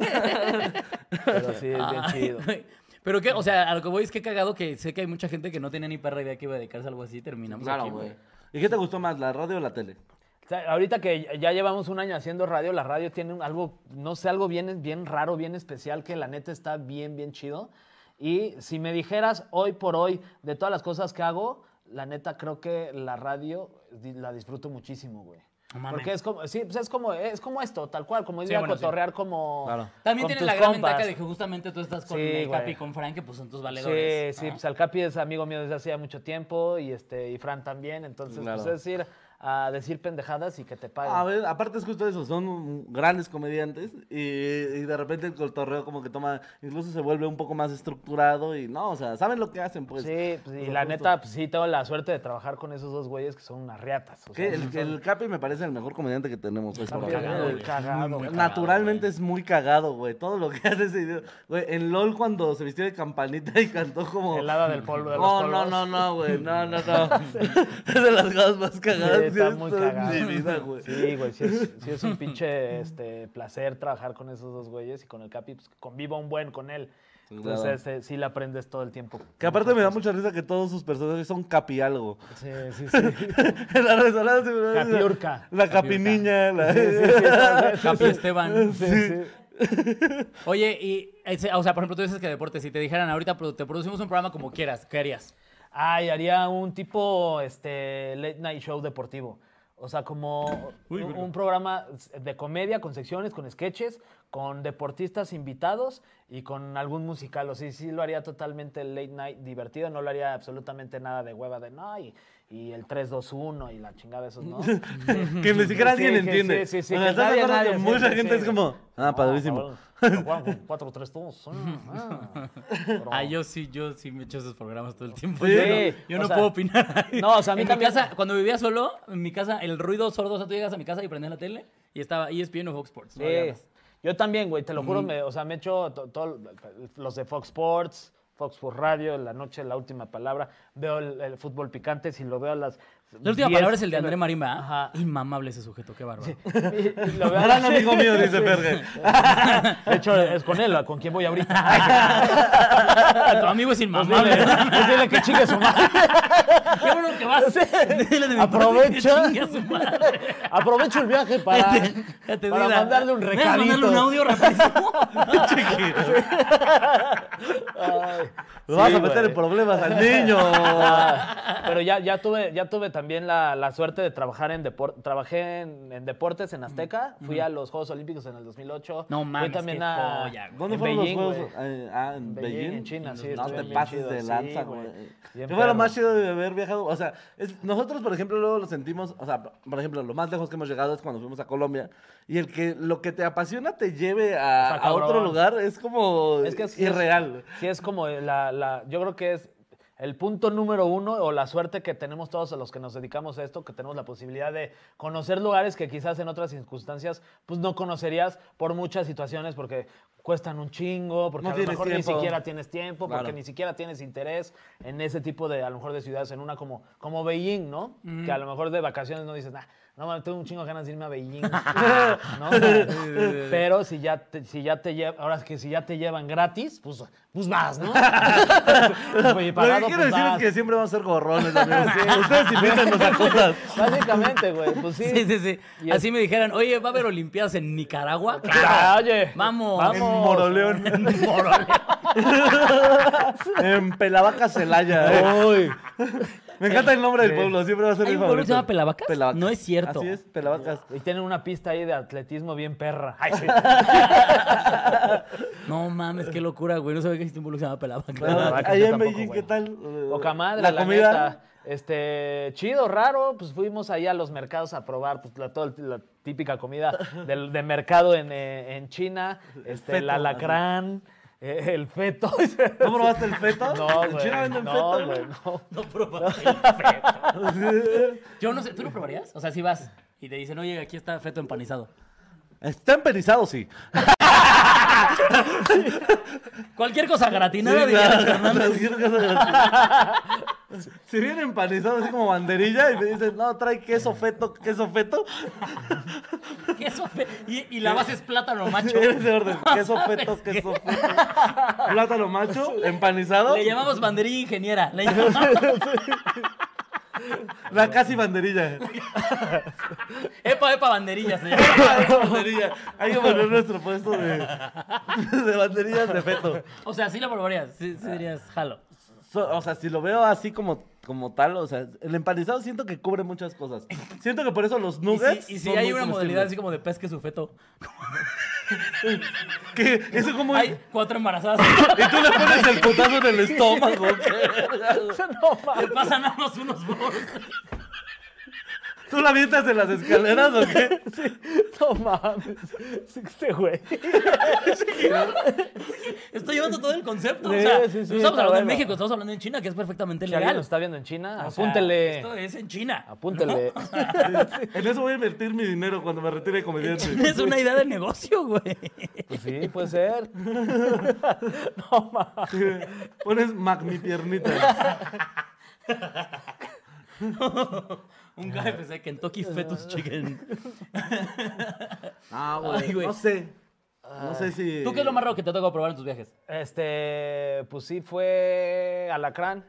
Pero sí, es bien chido. Ay, güey. Pero que, o sea, a lo que voy es que he cagado que sé que hay mucha gente que no tenía ni perra idea que iba a dedicarse a algo así y terminamos aquí, güey. ¿Y qué te gustó más, la radio o la tele? O sea, ahorita que ya llevamos un año haciendo radio, la radio tiene un- algo, no sé, algo bien, bien raro, bien especial, que la neta está bien, bien chido. Y si me dijeras hoy por hoy de todas las cosas que hago, la neta creo que la radio di- la disfruto muchísimo, güey. No mames. Porque es como, sí, pues es como, es como esto, tal cual, como ir Sí, a bueno, sí. cotorrear como. Claro. También con tiene tus la gran compas. ventaja de que justamente tú estás con Sí, el Capi güey. y con Frank, que pues son tus Sí, pues, valedores. sí, ¿no? pues Alcapi es amigo mío desde hacía mucho tiempo y este y Fran también, entonces Claro. pues es ir a decir pendejadas y que te paguen. A ver, aparte es justo eso, son grandes comediantes y, y de repente el cotorreo como que toma, incluso se vuelve un poco más estructurado y no, o sea, saben lo que hacen pues. sí, pues, O y sea, la justo. neta, pues sí, tengo la suerte de trabajar con esos dos güeyes que son unas riatas. o Que sea, El, el Capi me parece el mejor comediante que tenemos. pues, por Capi, acá. Cagado, el güey. cagado. Muy, muy cagado, Naturalmente güey. es muy cagado, güey. Todo lo que [laughs] hace ese video. Güey, en LOL cuando se vistió de campanita y cantó como... el hada del polvo de los No, no, polvos. no, no, güey. No, no, no. [laughs] [laughs] es de las cosas más cagadas Sí, está que he muy visto en cagado. mi vida, güey. Sí, güey, sí es, sí es un pinche este, placer trabajar con esos dos güeyes y con el Capi, pues convivo un buen con él. Sí, Entonces, claro. este, sí le aprendes todo el tiempo. Que aparte me da mucha risa que todos sus personajes son capi algo. [laughs] Sí, sí, [laughs] sí. la resonancia me da risa. Capiurca. La capiniña. La... Capi Esteban. [laughs] [laughs] Sí, sí. Oye, y, ese- o sea, por ejemplo, tú dices que deporte, si te dijeran ahorita produ- te producimos un programa como quieras, ¿qué harías? Ay, Ah, haría un tipo este, late night show deportivo. O sea, como un, un programa de comedia con secciones, con sketches, con deportistas invitados y con algún musical. O sea, sí lo haría totalmente late night divertido. No lo haría absolutamente nada de hueva de no y, y el 3-2-1 y la chingada de esos, ¿no? [laughs] que ni siquiera Sí, alguien que entiende. sí, sí, sí, O que sea, ¿estás nadie, de acuerdo que nadie, mucha sí, gente sí. es como, ah, No, padrísimo. cabrón, lo juegan con [laughs] 4-3-2. ah, ah. Pero- Ah, yo sí, yo sí me echo esos programas todo el tiempo. Sí, yo no, yo o no sea, puedo opinar. no, o sea, a mí en también- Mi casa, cuando vivía solo, en mi casa, el ruido sordo, o sea, tú llegas a mi casa y prendías la tele y estaba E ESPN o Fox Sports. no había Sí. más. Yo también, güey, te lo juro, me, o sea, me he hecho todos los de Fox Sports, Fox Sports Radio, en la noche, la última palabra. Veo el, el fútbol picante, si lo veo a las. La última 10, palabra es el de André lo- Marimba. Ajá. Inmamable ese sujeto, qué bárbaro. Y- y [laughs] lo veo a Gran las- [laughs] amigo mío, dice Ferge. De hecho, es con él, con quien voy ahorita. [laughs] Tu amigo es [laughs] Pues dile, inmamable. pues [laughs] dile que chingue su madre. qué bueno que vas. [laughs] Dile [laughs] de mi parte que Aprovecha. chingue a su [laughs] madre. Aprovecho el viaje para, Ya te para di la- mandarle un ¿Me vas a recadito. mandarle un audio rapidísimo. [laughs] [laughs] Ay, Lo vas sí, a meter güey. en problemas al niño. Ah, pero ya, ya tuve, ya tuve también la, la suerte de trabajar en deportes. Trabajé en, en deportes en Azteca. Mm, Fui a los Juegos Olímpicos en el 2008. No Fui mames, también qué a- joya, güey. ¿Dónde en fueron Beijing, los güey. juegos? Eh, Ah, en Beijing, Beijing. en China, sí, No estuvieron te bien pases de chidos, lanza, sí, güey. güey. Bien Yo fue lo perro. más chido de haber viajado. O sea, es- nosotros, por ejemplo, luego lo sentimos. O sea, por ejemplo, lo más lejos que hemos llegado es cuando fuimos a Colombia. Y el que lo que te apasiona te lleve a, Está a otro cabrón. lugar es como Es que sí es- irreal. Sí, es como la, la- Yo creo que es el punto número uno o la suerte que tenemos todos los que nos dedicamos a esto, que tenemos la posibilidad de conocer lugares que quizás en otras circunstancias pues no conocerías por muchas situaciones porque cuestan un chingo, porque No a lo tienes mejor tiempo. ni siquiera tienes tiempo, porque Claro. ni siquiera tienes interés en ese tipo de, a lo mejor, de ciudades, en una como, como Beijing, ¿no? Que a lo mejor de vacaciones no dices, nah, no mames, tengo un chingo de ganas de irme a [laughs] Beijing. [laughs] ¿no? [laughs] Pero si ya te, si ya te llevan, ahora es que si ya te llevan gratis, pues, pues vas, [laughs] ¿no? [laughs] Oye, lo que pagado, quiero pues decir vas. es que siempre vamos a ser gorrones, [laughs] amigos. Ustedes invítenos a cosas. Básicamente, güey, pues sí. Sí, sí, sí. Y Así me dijeran, oye, ¿va a haber Olimpiadas en [laughs] Nicaragua? Ah, oye. Vamos. En Vamos. Moroleón, Morón. en Pelavaca, Celaya. eh. Me encanta el nombre del pueblo, siempre va a ser ¿Hay mi un pueblo favorito. que se llama Pelavacas? No es cierto. Así es, Pelavacas. Ah, Y tienen una pista ahí de atletismo bien perra. Ay, sí. No mames, qué locura, güey. No sabía que existía un pueblo que se llama Pero, Pelavaca. Pelavaca. Vaca, allá yo en tampoco, Beijing, güey. ¿qué tal? Eh, Poca madre, la, neta. Este, chido, raro, pues fuimos ahí a los mercados a probar pues, la, todo el- la típica [laughs] comida del, de mercado en, eh, en China, este, el feto, alacrán, eh, el [laughs] feto. ¿No probaste el feto? No, ¿En güey, China venden no, feto? güey, no. [laughs] [laughs] No probaste el feto. Yo no sé, ¿tú lo probarías? O sea, si vas y te dicen, oye, aquí está feto empanizado. Está empenizado, sí. Cualquier cosa gratinada, Sí, diría claro, Luis Hernández. [laughs] cualquier cosa de- Si viene empanizado así como banderilla y me dicen, no, trae queso feto, queso [laughs] feto, Queso fe- y, y la base es plátano macho. en ese orden, queso feto, queso feto, plátano macho, [laughs] empanizado, Le llamamos banderilla ingeniera. [laughs] Le llamamos la casi banderilla. epa, epa, banderilla. Se llama. banderilla. Hay que poner nuestro puesto de, de banderillas de feto. O sea, sí lo probarías. Sí, sí dirías, jalo. So- o sea, si lo veo así como, como tal, o sea, el empanizado siento que cubre muchas cosas. Siento que por eso los Y nuggets. si, y si son hay muy una modalidad así comestibles. como de pesque su feto. ¿Qué? Eso como. Hay cuatro [laughs] embarazadas. Y tú le pones el putazo en el estómago. ¿qué? No, ma- Le pasan a unos unos bols. ¿Tú la avientas en las escaleras o qué? No mames. Sí, Este güey. Estoy llevando todo el concepto. Sí, o sea, sí, sí, no está estamos hablando en bueno. México, estamos hablando en China, que es perfectamente Si alguien legal. lo está viendo en China, O sea, apúntele. Esto es en China. [laughs] Apúntele. En eso voy a invertir mi dinero cuando me retire de comediante. Es una idea de negocio, [laughs] güey. [laughs] Pues sí, puede ser. [laughs] no mames. Pones Mac mi piernita. Un KFC Kentucky Fetus Chicken. Ah, Ay, güey. No sé. No sé si. ¿Tú qué es lo más raro que te ha tocado probar en tus viajes? Este, pues sí, fue alacrán.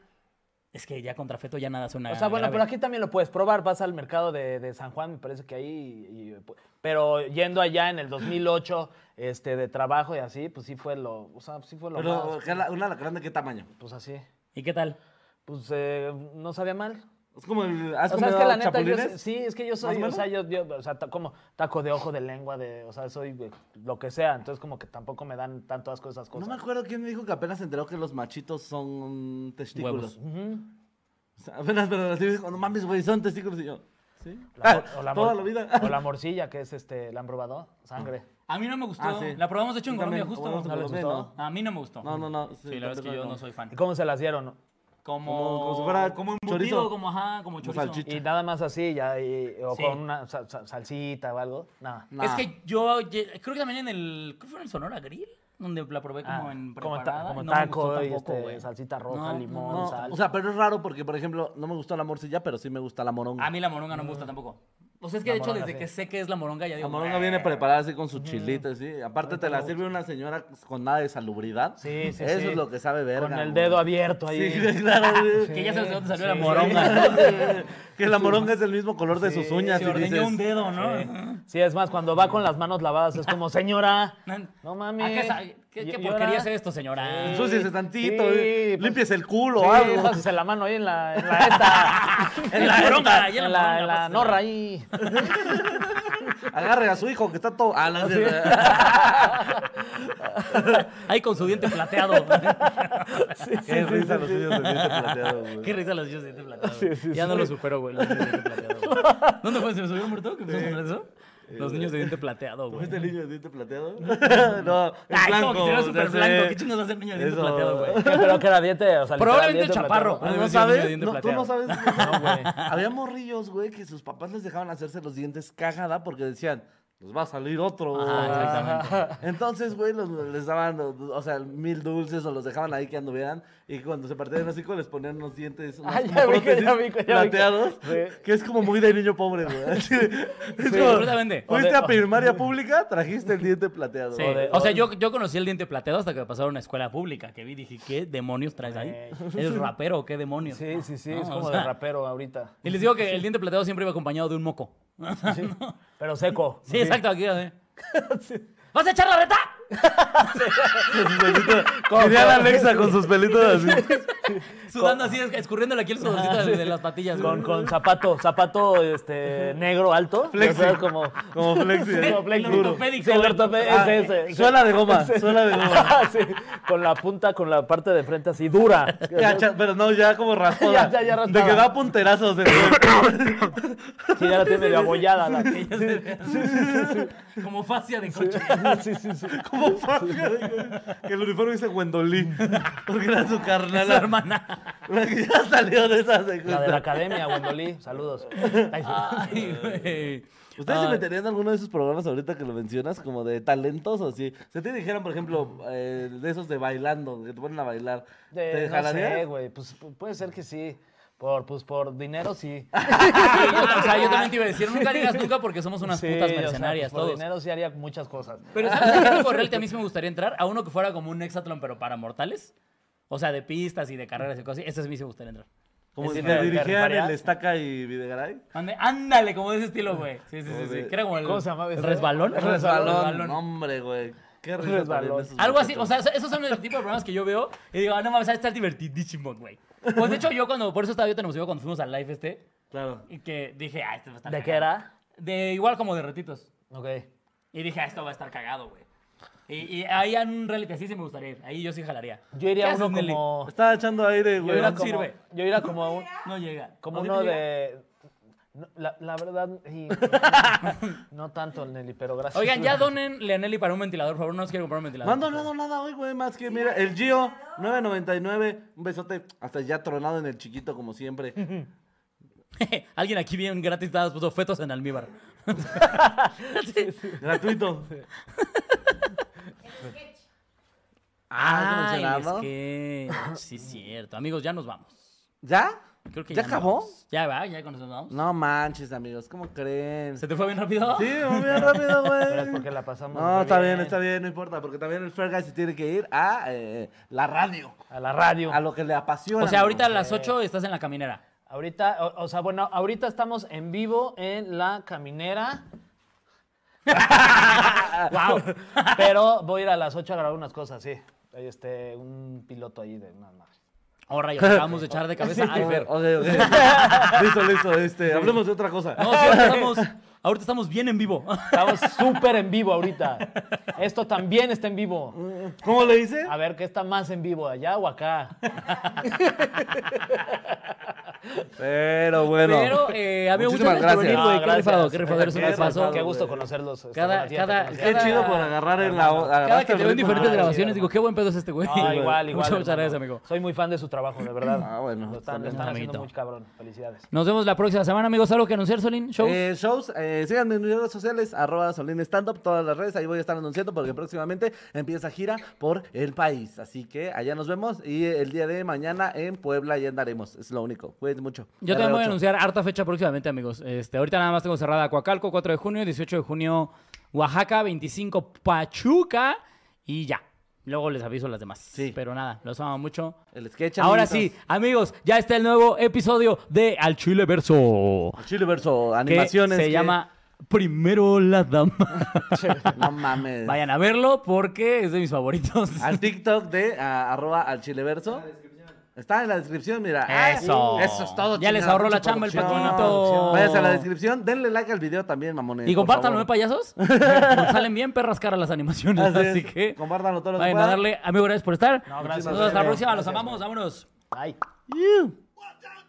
Es que ya contra Feto ya nada suena. Ah, O sea, bueno, grave. pero aquí también lo puedes probar. Vas al mercado de, de San Juan, me parece que ahí. y- y- pero yendo allá en el 2008, este, de trabajo y así, pues sí fue lo. O sea, sí fue lo. Pero, más, ¿qué ala- ¿una alacrán de qué tamaño? pues así. ¿Y qué tal? Pues eh, no sabía mal. Es como el. ¿Has O sea, es comido que la neta, yo, chapulines? sí, es que yo ¿Más soy, o o sea, yo, yo, o sea, ta- como taco de ojo, de lengua, de, o sea, soy de lo que sea, entonces como que tampoco me dan tanto asco esas No cosas. me acuerdo quién me dijo que apenas se enteró que los machitos son testículos. O sea, apenas, pero así me dijo, no mames, güey, son testículos. Y yo, ¿sí? La- [laughs] Ah, o la toda mor- la vida. O la morcilla, que es este, la han probado, sangre. A mí no me gustó. Ah, sí. La probamos de hecho en Yo Colombia, también, justo. bueno, ¿No les Colombia, gustó? A mí no me gustó. No, no, no. Sí, la verdad es que yo no soy fan. ¿Y cómo se las dieron? Como, como si fuera como embutido, chorizo. como ajá, como chorizo. salchicha. Y nada más así, ya, y- o Sí. con una sa- sa- salsita o algo, nada. Es que yo ye- creo que también en el. Creo que fue en el Sonora Grill, donde la probé como Ah, en como ta- preparada. como y no me taco gustó y tampoco, este, güey. salsita roja, limón, No, sal. o sea, pero es raro porque, por ejemplo, no me gustó la morcilla, pero sí me gusta la moronga. A mí la moronga no me gusta tampoco. O sea, es que La de hecho, moronga desde sí. que sé que es la moronga, ya digo. La moronga "Bleh". viene preparada así con su chilito, ¿sí? Aparte te la sirve una señora con nada de salubridad. Sí, sí, Eso sí. es lo que sabe verga. Con el güey. dedo abierto ahí. Sí, [laughs] claro. güey. "Ah, Que ya sabes de dónde salió Sí, la sí. moronga. [laughs] ¿no? que la moronga es el mismo color de sus uñas. Se y ordeñó dices, un dedo, ¿no? Sí, es más, cuando va con las manos lavadas es como, señora, No, no mames. ¿a qué sa- ¿Qué, qué llora". porquería es esto, señora? Sí. Súciese tantito, Sí, eh, pues- límpiese el culo o Sí, [laughs] pues. algo. pásese la mano ahí en la, en la esta. [laughs] En la bronca, en la, en pues, la norra ahí. [laughs] [laughs] Agarre a su hijo que está todo. Ah, no, sí, Ahí con su [laughs] diente plateado. Qué risa los niños de diente plateado, güey. Qué risa los niños de diente plateado. güey. ya no lo supero, güey. Los niños de diente plateado. güey. ¿Dónde fue? ¿Se me subió un muerto? ¿Qué empezamos a hablar de eso? Los niños de diente plateado, güey. ¿Fuiste el niño de diente plateado? no, Pues, es Ay, como blanco. que se ve ya súper sé. blanco. ¿Qué chingos va a ser niño de diente Eso. plateado, güey? Pero que era diente, o sea, literal, Probablemente diente [laughs] chaparro. plateado. Ah, Ha de ¿No haber sido un niño de diente sabes? No, ¿Tú no plateado. sabes? [laughs] No, güey. Había morrillos, güey, que sus papás les dejaban hacerse los dientes cagada porque decían, nos va a salir otro. Ajá, Ah, exactamente. [laughs] Entonces, güey, los- les daban, o sea, mil dulces o los dejaban ahí que anduvieran. Y cuando se partían el hocico, les ponían unos dientes unas Ah, como ya vi que- ya prótesis vi que- ya vi que- plateados. Sí. Que es como muy de niño [laughs] pobre, güey. Es como, completamente. Fuiste O a de- primaria pública, trajiste el diente plateado. Sí. O de- O sea, yo, yo conocí el diente plateado hasta que me pasaron a una escuela pública que vi y dije, ¿qué demonios traes ahí? [laughs] ¿Eres rapero o qué demonios? Sí, sí, sí, No, es o como sea, de rapero [laughs] ahorita. Y les digo que el diente plateado siempre iba acompañado de un moco. Sí, Pero seco. [laughs] Sí, exacto, aquí. [laughs] así. ¿Vas a echar la reta? [laughs] Quería la Alexa con sus pelitos así. Sudando así, esc- escurriéndole aquí el [laughs] Ah, sudorcito de, de las patillas. Con, güey. con zapato, zapato este, negro alto. Flexi. O sea, como... Como flexi. ¿eh? El duro. ortopédico, Sí, el güey. ortope- Ah, ese, ese. Ah, Suela de goma, suela de [laughs] goma. Sí, con la punta, con la parte de frente así dura. Cacha- pero no, ya como raspada. Ya, ya, ya De raspada. que da punterazos. [laughs] de- [laughs] Sí, ya la tiene medio abollada. La... Que ya se- Como fascia de [laughs] coche. Sí, sí, sí. como fascia de- Que el uniforme dice Wendolín. Porque era su carnal. Su ah. hermana. que ya salió de esa La de la secundaria. academia, Wendolí. Saludos. Ay, sí. Ay, güey. ¿Ustedes Ah, se meterían en alguno de esos programas ahorita que lo mencionas? Como de talentos o así. Si te dijeran, por ejemplo, eh, de esos de bailando, que te ponen a bailar. Eh, ¿Te no sé, jalarías? güey. Pues pu- puede ser que sí. Por, pues, por dinero, sí. Ah, sí, yo- o sea, yo también te iba a decir, nunca digas nunca porque somos unas [laughs] Sí, o putas sea, mercenarias pues, por todos. dinero sí haría muchas cosas. Pero ¿sabes a qué tipo de reality a mí sí me gustaría entrar? A uno que fuera como un hexatlón, pero para mortales. O sea, de pistas y de carreras y cosas así. Ese sí me gustaría entrar. Como Es si decir, te ¿te dirigieran rifarías? el Estaca y Videgaray. Ande- ándale, como de ese estilo, güey. Sí, sí, sí, Como sí. de- Que era como el, ¿Cómo se llamaba el ese? resbalón. El Resbalón. Resbalón. No, hombre, güey. Qué risa Resbalón. también esos Algo así, o muchachos. sea, esos son el tipo de programas que yo veo y digo, ah, no mames, está divertidísimo, güey. Pues de hecho, yo cuando, por eso estaba yo tan emocionado cuando fuimos al live este, Claro. y que dije, ah, esto va a estar ¿De qué cagado". era? De igual como de retitos. Ok. Y dije, ah, esto va a estar cagado, güey. Y, y ahí en un reality así sí me gustaría ir. Ahí yo sí jalaría. Yo iría ¿Qué a uno haces, Nelly? como... Estaba echando aire, Yo güey. era como- sirve. Yo iría como a un... No llega. Como ¿A dónde uno llega? de. No, la, la verdad, sí, no tanto, Nelly, pero gracias. Oigan, ya donenle a Nelly para un ventilador, por favor. No nos quiero comprar un ventilador. No han donado nada hoy, güey, más que mira, el Gio, 9.99, un besote, hasta ya tronado en el chiquito como siempre. [laughs] Alguien aquí bien gratis dadas puso fetos en almíbar. Gratuito. El sketch. Ah, Ay, ¿no mencionarlo? es que... Sí, es cierto. Amigos, ya nos vamos. ¿Ya? Creo que ¿Ya ¿Ya, nos acabó? vamos. Ya va, ya con eso nos vamos. No manches, amigos, ¿cómo creen? ¿Se te fue bien rápido? Sí, muy bien rápido, [laughs] Pero es porque güey. la pasamos. No, muy está bien, está bien, no importa, porque también el Fergay se tiene que ir a eh, la radio, A la radio. a lo que le apasiona. O sea, ahorita a amigos. las 8 estás en la caminera. Ahorita, o, o sea, bueno, ahorita estamos en vivo en la caminera. wow. Pero voy a ir a las 8 a grabar unas cosas, sí. Hay este, un piloto ahí de nada más. Ahora [laughs] ya acabamos de echar de cabeza a Alfer. [laughs] Ok, ok. [laughs] listo, listo, este, hablemos de otra cosa. No, sí, [laughs] ahorita estamos, ahorita estamos bien en vivo. Ah, [laughs] Estamos súper en vivo ahorita. Esto también está en vivo. ¿Cómo le dice? Ah, A ver, ¿qué está más en vivo, allá o acá? Pero bueno. Pero eh, amigo, muchas Muchísimas gracias por venir, gracias. güey. No, qué rifado, Ah, qué rifado. gracias. Eres un Qué paso. rifado, Qué gusto conocerlos. este, Cada- buenos días, cada- buenos [laughs] días. Qué chido por agarrar en la... Cada agarraste que te el veo en ritmo. diferentes Ah, grabaciones, sí, digo, qué buen pedo es este güey. [laughs] No, Ah, igual, igual. Muchas, muchas gracias, hermano. amigo. Soy muy fan de su trabajo, de verdad. Ah, bueno, Lo están, lo también. están haciendo Amiguito. muy cabrón. Felicidades. Nos vemos la próxima semana, amigos. ¿Algo que anunciar, Solín? ¿Shows? Eh, shows, eh, síganme en mis redes sociales, arroba Solín Stand Up, todas las redes, ahí voy a estar anunciando porque próximamente empieza gira por el país. Así que allá nos vemos y el día de mañana en Puebla ya andaremos, es lo único. Cuídense mucho. Yo también voy a R8. anunciar harta fecha próximamente, amigos. Este, ahorita nada más tengo cerrada Acuacalco, 4 de junio, 18 de junio, Oaxaca, 25 Pachuca y ya. Luego les aviso las demás. Sí. Pero nada, los amo mucho. El sketch. Ahora amiguitos. sí, amigos, ya está el nuevo episodio de Al Chile Verso. Chile verso que animaciones. se que- llama Primero la [laughs] Dama. No mames. Vayan a verlo porque es de mis favoritos. [laughs] Al TikTok de ah, arroba al chileverso. Está en la descripción, mira. Eso. Ah, Eso es todo. Ya les chingada, ahorró la pinche chamba el producción. patito. Váyanse a la descripción, denle like al video también, mamones. Y por compártanlo, ¿eh, favor. [laughs] payasos? Porque salen bien perras caras las animaciones, Así así, es. que... Compártanlo todo lo que Vayan a puedan. darle... Amigo, gracias por estar. No, Nos vemos gracias. la Gracias. próxima, los Gracias, amamos, güey. vámonos. Bye. You.